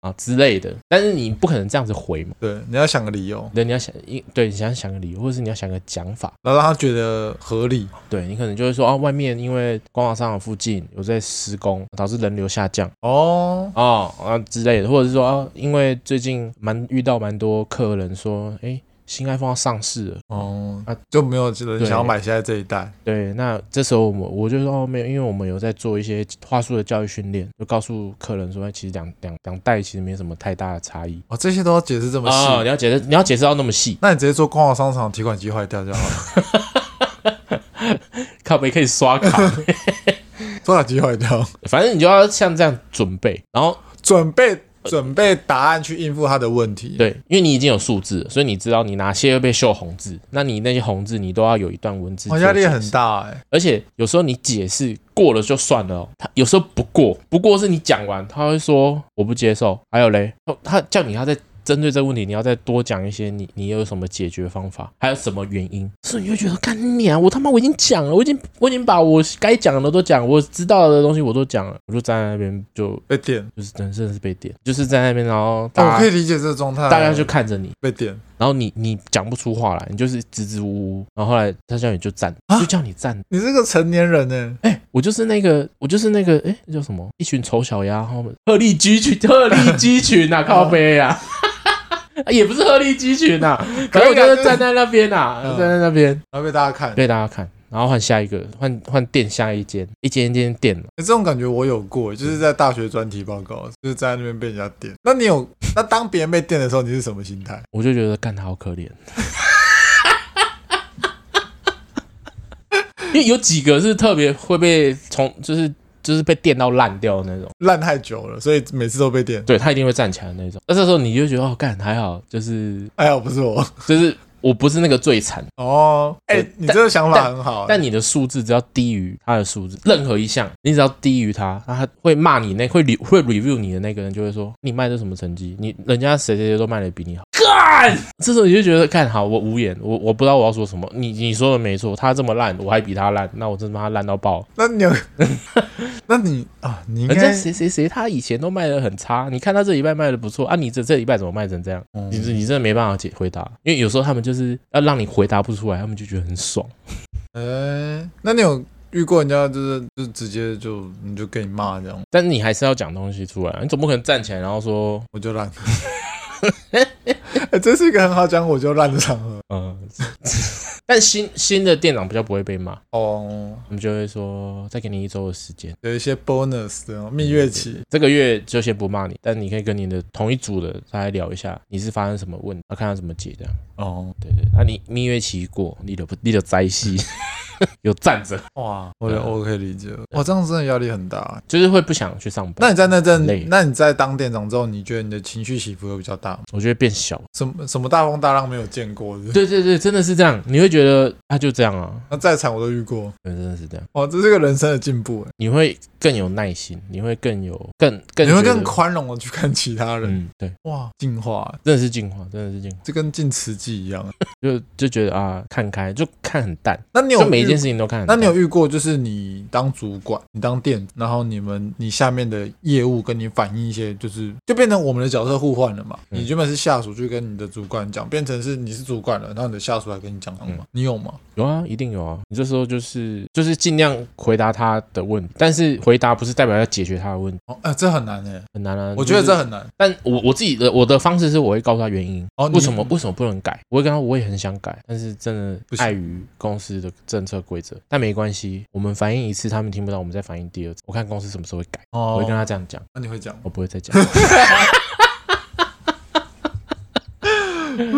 Speaker 1: 啊之类的？但是你不可能这样子回嘛，
Speaker 2: 对，你要想个理由，
Speaker 1: 对，你要想一，对，你想想个理由，或者是你要想个讲法，
Speaker 2: 然后让他觉得合理。
Speaker 1: 对你可能就会说啊，外面因为光华商场附近有在施工，导致人流下降。
Speaker 2: 哦，
Speaker 1: 哦啊之类的，或者是说啊，因为最近蛮遇到蛮多客人说，哎、新 iPhone 要上市了，
Speaker 2: 哦，
Speaker 1: 啊
Speaker 2: 就没有人
Speaker 1: 对
Speaker 2: 想要买现在这一代。
Speaker 1: 对，那这时候我们我就说哦没有，因为我们有在做一些话术的教育训练，就告诉客人说，哎其实两两两代其实没什么太大的差异
Speaker 2: 哦，这些都要解释这么
Speaker 1: 啊、
Speaker 2: 细，
Speaker 1: 你要解释你要解释到那么细，
Speaker 2: 那你直接做逛逛商场提款机坏掉就好
Speaker 1: [laughs]
Speaker 2: 了，
Speaker 1: 靠北可以刷卡， [laughs]
Speaker 2: 多少机坏掉？
Speaker 1: 反正你就要像这样准备，然后
Speaker 2: 准备准备答案去应付他的问题。
Speaker 1: 对，因为你已经有数字了，所以你知道你哪些会被秀红字，那你那些红字你都要有一段文字做
Speaker 2: 哇，
Speaker 1: 解
Speaker 2: 哦
Speaker 1: 释，
Speaker 2: 压力很大哎。
Speaker 1: 而且有时候你解释过了就算了、哦，他有时候不过，不过是你讲完他会说我不接受，还有嘞，哦他叫你要再针对这个问题，你要再多讲一些你你有什么解决方法，还有什么原因，所以你会觉得干你啊，我他妈我已经讲了，我已经我已经把我该讲的都讲，我知道的东西我都讲了，我就站在那边就
Speaker 2: 被点，
Speaker 1: 就是真真的是被点，就是站在那边，然后
Speaker 2: 但
Speaker 1: 大
Speaker 2: 哦我可
Speaker 1: 家、
Speaker 2: 以啊理解这个状态。
Speaker 1: 大家就看着你，
Speaker 2: 被点，
Speaker 1: 然后你你讲不出话来，你就是支支吾吾，然后后来他叫你就站，
Speaker 2: 啊
Speaker 1: 就叫你站。
Speaker 2: 你是个成年人呢，
Speaker 1: 哎、我就是那个，我就是那个，哎、那叫什么？一群丑小鸭，他们鹤立鸡群，鹤立鸡
Speaker 2: [laughs]
Speaker 1: 群啊，靠背啊， [laughs] 也不是鹤立鸡
Speaker 2: [laughs]
Speaker 1: 群啊，
Speaker 2: 哦可
Speaker 1: 可
Speaker 2: 以啊
Speaker 1: 是我就
Speaker 2: 就是
Speaker 1: 是站在那边啊，
Speaker 2: 嗯
Speaker 1: 站在那边
Speaker 2: 然后被大家看。
Speaker 1: 被大家看，然后换下一个，换换店下一间，一间一间店了，
Speaker 2: 欸这种感觉我有过，
Speaker 1: 嗯
Speaker 2: 就是在大学专题报告，就是在那边被人家电。那你有，那当别人被电的时候，你是什么心态？
Speaker 1: 我就觉得干他
Speaker 2: [laughs]
Speaker 1: 好可怜，因为有几个是特别会被从就是就是被电到烂掉的那种。
Speaker 2: 烂太久了，所以每次都被电。
Speaker 1: 对他一定会站起来的那种，那这时候你就觉得哦，干还好，就是
Speaker 2: 哎呀，不是我
Speaker 1: 就是我不是那个最惨，
Speaker 2: 哦，哎、
Speaker 1: 对
Speaker 2: 你这个想法很好、欸
Speaker 1: 但你的数字只要低于他的数字，任何一项你只要低于他，那他会骂你那会 re- 会 review 你的那个人就会说你卖的什么成绩，你人家谁谁谁都卖的比你好，干！这时候你就觉得，干好，我无言，我我不知道我要说什么。你你说的没错，他这么烂，我还比他烂，那我真他妈烂到爆。
Speaker 2: 那
Speaker 1: [laughs]
Speaker 2: 你有，那你啊，你应
Speaker 1: 人家
Speaker 2: 该
Speaker 1: 谁谁谁，他以前都卖的很差，你看他这礼拜卖的不错啊，你这这礼拜怎么卖成这样？
Speaker 2: 嗯
Speaker 1: 你你真的没办法解回答，因为有时候他们就是要让你回答不出来，他们就觉得很爽。
Speaker 2: 哎、那你有遇过人家就是就直接就你就给你骂这样，
Speaker 1: 但是你还是要讲东西出来，啊你总不可能站起来然后说，
Speaker 2: 我就烂。 [laughs] 哎，这是一个很好讲我就烂的场合
Speaker 1: 呃， [laughs] 但新新的店长比较不会被骂，
Speaker 2: 哦。
Speaker 1: 我们就会说再给你一周的时间，
Speaker 2: 有一些 bonus 的蜜月期，
Speaker 1: 这个月就先不骂你，但你可以跟你的同一组的大家聊一下，你是发生什么问题，要看他怎么解这样。
Speaker 2: 哦，
Speaker 1: 对对，啊你蜜月期过，你的不你的灾戏 [laughs] 有站着，
Speaker 2: 哇，我
Speaker 1: 对
Speaker 2: 觉
Speaker 1: 啊
Speaker 2: 得我可以理解了，哇，这样真的压力很大欸。
Speaker 1: 就是会不想去上班。
Speaker 2: 那你在那阵
Speaker 1: 累，
Speaker 2: 那你在当店长之后，你觉得你的情绪起伏会比较大吗？
Speaker 1: 我觉得变小。
Speaker 2: 什么什么大风大浪没有见过 [laughs] 是不是
Speaker 1: 对对对，真的是这样，你会觉得啊就这样啊，
Speaker 2: 那再惨我都遇过，
Speaker 1: 对，真的是这样，
Speaker 2: 哇，这是个人生的进步欸
Speaker 1: 你会更有耐心，你会更有更更
Speaker 2: 你会
Speaker 1: 觉得
Speaker 2: 更宽容的去看其他人，
Speaker 1: 嗯，对，
Speaker 2: 哇，进化欸，
Speaker 1: 真的是进化，真的是进化，
Speaker 2: 这跟进词记一样。
Speaker 1: 就就觉得啊看开，就看很淡，
Speaker 2: 那你有
Speaker 1: 就每一
Speaker 2: 遇
Speaker 1: 件事情都看很
Speaker 2: 那
Speaker 1: 淡。
Speaker 2: 你有遇过，就是你当主管，你当店，然后你们你下面的业务跟你反映一些，就是就变成我们的角色互换了嘛？
Speaker 1: 嗯
Speaker 2: 你原本是下属去跟你的主管讲，变成是你是主管了，然后你的下属来跟你讲嘛？
Speaker 1: 嗯
Speaker 2: 你有吗？
Speaker 1: 有啊，一定有啊。你这时候就是就是尽量回答他的问题，但是回答不是代表要解决他的问题，
Speaker 2: 哦，哎、这很难哎、
Speaker 1: 很难啊。
Speaker 2: 我觉得
Speaker 1: 就是
Speaker 2: 这，很难。
Speaker 1: 但我我自己的我的方式是我会告诉他原因，
Speaker 2: 哦，你
Speaker 1: 为什么为什么不能改？我会跟他，我也很想改，但是真
Speaker 2: 不
Speaker 1: 的
Speaker 2: 行
Speaker 1: 碍于公司的政策规则。但没关系，我们反映一次他们听不到，我们再反映第二次。我看公司什么时候会改，我
Speaker 2: 哦
Speaker 1: 会跟，他这样讲，
Speaker 2: 那你会讲
Speaker 1: 我不会再讲。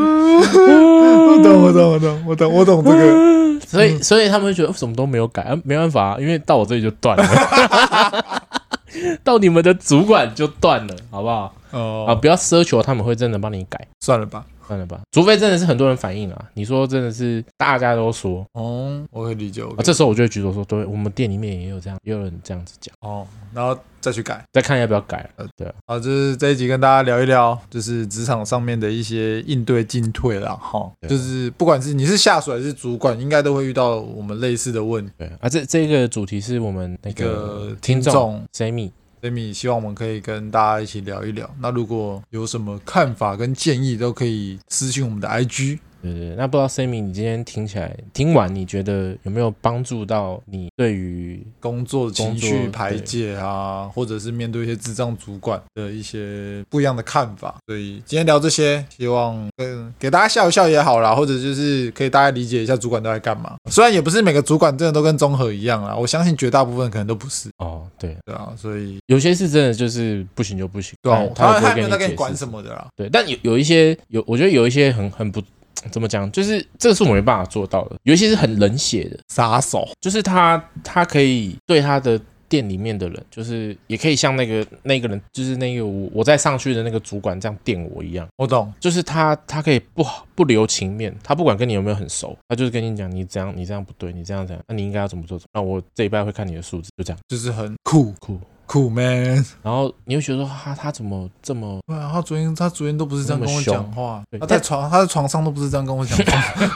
Speaker 2: 我懂，我懂，我懂，我懂，我懂这个。
Speaker 1: [laughs] 所以所以他们会觉得哦什么都没有改，啊没办法、啊，因为到我这里就断了。 [laughs] 到你们的主管就断了，好不好？啊，
Speaker 2: 哦，
Speaker 1: 不要奢求他们会真的帮你改，
Speaker 2: 算了吧。
Speaker 1: 算了吧。除非真的是很多人反映啊，你说真的是大家都说，
Speaker 2: 哦，我可以理解。我可
Speaker 1: 啊，
Speaker 2: 以
Speaker 1: 这时候我就会举手说，对我们店里面也有这样，也有人这样子讲，
Speaker 2: 哦，然后再去改。
Speaker 1: 再看要不要改。啊
Speaker 2: 好，就是这一集跟大家聊一聊，就是职场上面的一些应对进退啦，哈，
Speaker 1: 对
Speaker 2: 就是不管是你是下属还是主管，应该都会遇到我们类似的问题。
Speaker 1: 对啊，这这个主题是我们那
Speaker 2: 一
Speaker 1: 个
Speaker 2: 个
Speaker 1: 听
Speaker 2: 听
Speaker 1: 众
Speaker 2: 众
Speaker 1: Sammy，
Speaker 2: 所以希望我们可以跟大家一起聊一聊。那如果有什么看法跟建议，都可以私信我们的 IG。
Speaker 1: 对对，对那不知道 Sammy 你今天听起来听完，你觉得有没有帮助到你对于
Speaker 2: 工作情
Speaker 1: 工
Speaker 2: 绪
Speaker 1: 作
Speaker 2: 排解啊，或者是面对一些智障主管的一些不一样的看法。所以今天聊这些，希望嗯给大家笑一笑也好啦，或者就是可以大家理解一下主管都在干嘛。虽然也不是每个主管真的都跟综合一样啦，我相信绝大部分可能都不是，
Speaker 1: 哦，对，
Speaker 2: 对啊，所以
Speaker 1: 有些是真的就是不行就不行，
Speaker 2: 对啊
Speaker 1: 但，
Speaker 2: 他
Speaker 1: 他
Speaker 2: 他也
Speaker 1: 也
Speaker 2: 没有
Speaker 1: 不
Speaker 2: 在
Speaker 1: 会跟
Speaker 2: 跟
Speaker 1: 你
Speaker 2: 你
Speaker 1: 管
Speaker 2: 管
Speaker 1: 什
Speaker 2: 什
Speaker 1: 么。
Speaker 2: 么的啦。
Speaker 1: 对，但有有一些有，我觉得有一些很很不怎么讲，就是这个是我没办法做到的。有一些是很冷血的，
Speaker 2: 杀手，
Speaker 1: 就是他他可以对他的店里面的人，就是也可以像那个那个人，就是那个我我在上去的那个主管这样电我一样，
Speaker 2: 我懂，
Speaker 1: 就是他他可以不好不留情面，他不管跟你有没有很熟，他就是跟你讲你这样你这样不对，你这样这样，那你应该要怎么做？那我这一拜会看你的数字，就这样
Speaker 2: 就是很酷
Speaker 1: 酷。
Speaker 2: 酷 man。
Speaker 1: 然后你会觉得说他他怎么这么
Speaker 2: 对啊，他昨天他昨天都不是这样跟我讲话
Speaker 1: 那么凶对，
Speaker 2: 他在床他在床上都不是这样跟我讲话。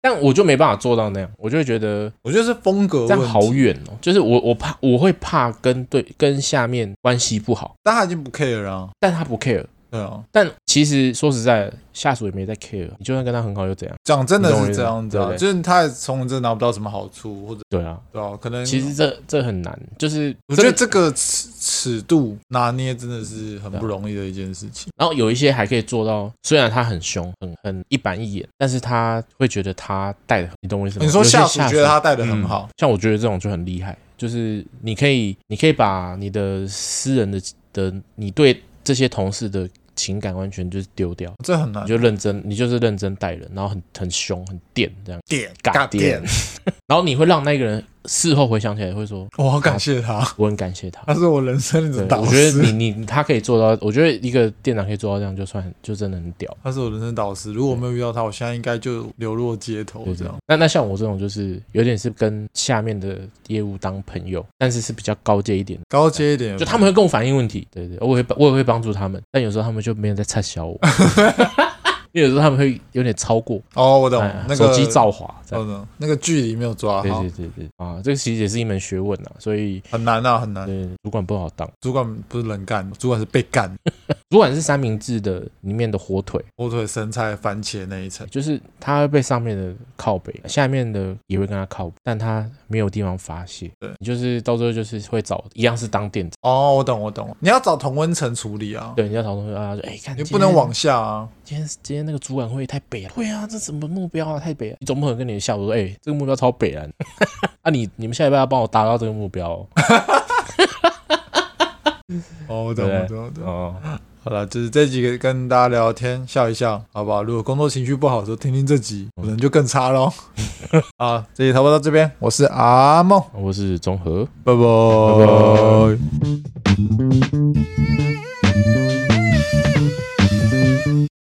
Speaker 1: 但我就没办法做到那样，我就会觉得
Speaker 2: 我觉得是风格
Speaker 1: 这样
Speaker 2: 问
Speaker 1: 好
Speaker 2: 题。
Speaker 1: 远哦。就是我我怕我会怕跟对跟下面关系不好，
Speaker 2: 但他已经不 care 了啊、
Speaker 1: 但他不 care。
Speaker 2: 对啊，
Speaker 1: 但其实说实在，下属也没在 care，你就算跟他很好又怎样？
Speaker 2: 讲真的是这样子
Speaker 1: 你懂我
Speaker 2: 啊，
Speaker 1: 意思
Speaker 2: 就是他也从你这拿不到什么好处，或者
Speaker 1: 对啊，
Speaker 2: 对啊，可能
Speaker 1: 其实这这很难，就是
Speaker 2: 我觉得
Speaker 1: 真的
Speaker 2: 这个尺尺度拿捏真的是很不容易的一件事情。
Speaker 1: 然后有一些还可以做到，虽然他很凶，很很一板一眼，但是他会觉得他带的，你懂我意思吗？
Speaker 2: 你说
Speaker 1: 啊有些
Speaker 2: 下
Speaker 1: 下
Speaker 2: 属觉得他带的很
Speaker 1: 嗯
Speaker 2: 好，
Speaker 1: 像我觉得这种就很厉害，就是你可以，你可以把你的私人的的，你对这些同事的情感完全就是丢掉，
Speaker 2: 这很难
Speaker 1: 你就认真，你就是认真待人，然后很很凶，很电这样，
Speaker 2: 点 [laughs]
Speaker 1: 尬电， [laughs] 然后你会让那个人事后回想起来会说，
Speaker 2: 我好感谢他，
Speaker 1: 我很感谢他。
Speaker 2: 他是我人生
Speaker 1: 对
Speaker 2: 的导
Speaker 1: 我觉得
Speaker 2: 师，
Speaker 1: 你你他可以做到，我觉得一个店长可以做到这样，就算很就真的很屌。
Speaker 2: 他是我人生导师。如果我没有遇到他，我现在应该就流落街头
Speaker 1: 对
Speaker 2: 这样。。
Speaker 1: 那那像我这种就是有点是跟下面的业务当朋友，但是是比较高阶一点的，
Speaker 2: 高阶一点，
Speaker 1: 就他们会跟我反映问题，对对，我也会我也会帮助他们，但有时候他们就没有在插小我。因为有时候他们会有点超过，
Speaker 2: 哦，我懂
Speaker 1: 哎，
Speaker 2: 那个哦
Speaker 1: 手机造滑这
Speaker 2: 我
Speaker 1: 样。
Speaker 2: 懂，那个距离没有抓
Speaker 1: 对
Speaker 2: 好
Speaker 1: 对，对对啊，这个其实也是一门学问啊，所以
Speaker 2: 很难啊，很难。
Speaker 1: 对主管不好当。
Speaker 2: 主管不是人干，主管是被干。
Speaker 1: 主管是三明治的里面的火腿，
Speaker 2: 火腿、生菜、番茄那一层，
Speaker 1: 就是他会被上面的靠北，下面的也会跟他靠，但他没有地方发泄。
Speaker 2: 对，
Speaker 1: 你就是到最后就是会找一样是当店长，
Speaker 2: 哦，我懂，我懂。你要找同温层处理啊，
Speaker 1: 对，你要讨论啊，就哎、看
Speaker 2: 你
Speaker 1: 今
Speaker 2: 不
Speaker 1: 天
Speaker 2: 能往下啊。
Speaker 1: 今天今天那个主管会议太北了，会啊，这什么目标啊，太北了，你总不可能跟你的下属说，哎、这个目标超北了，啊 [laughs] 你你们下礼拜要帮我达到这个目标哦，
Speaker 2: 哦，我懂，
Speaker 1: 对
Speaker 2: 我懂，我懂。
Speaker 1: 哦
Speaker 2: 好了，就是这几个跟大家聊天笑一笑，好不好？如果工作情绪不好的时候听听这集，
Speaker 1: 嗯
Speaker 2: 可能就更差
Speaker 1: [laughs]
Speaker 2: 喽。好，这集差不多到这边，我是阿梦，
Speaker 1: 我是综合。
Speaker 2: 拜拜。
Speaker 1: 拜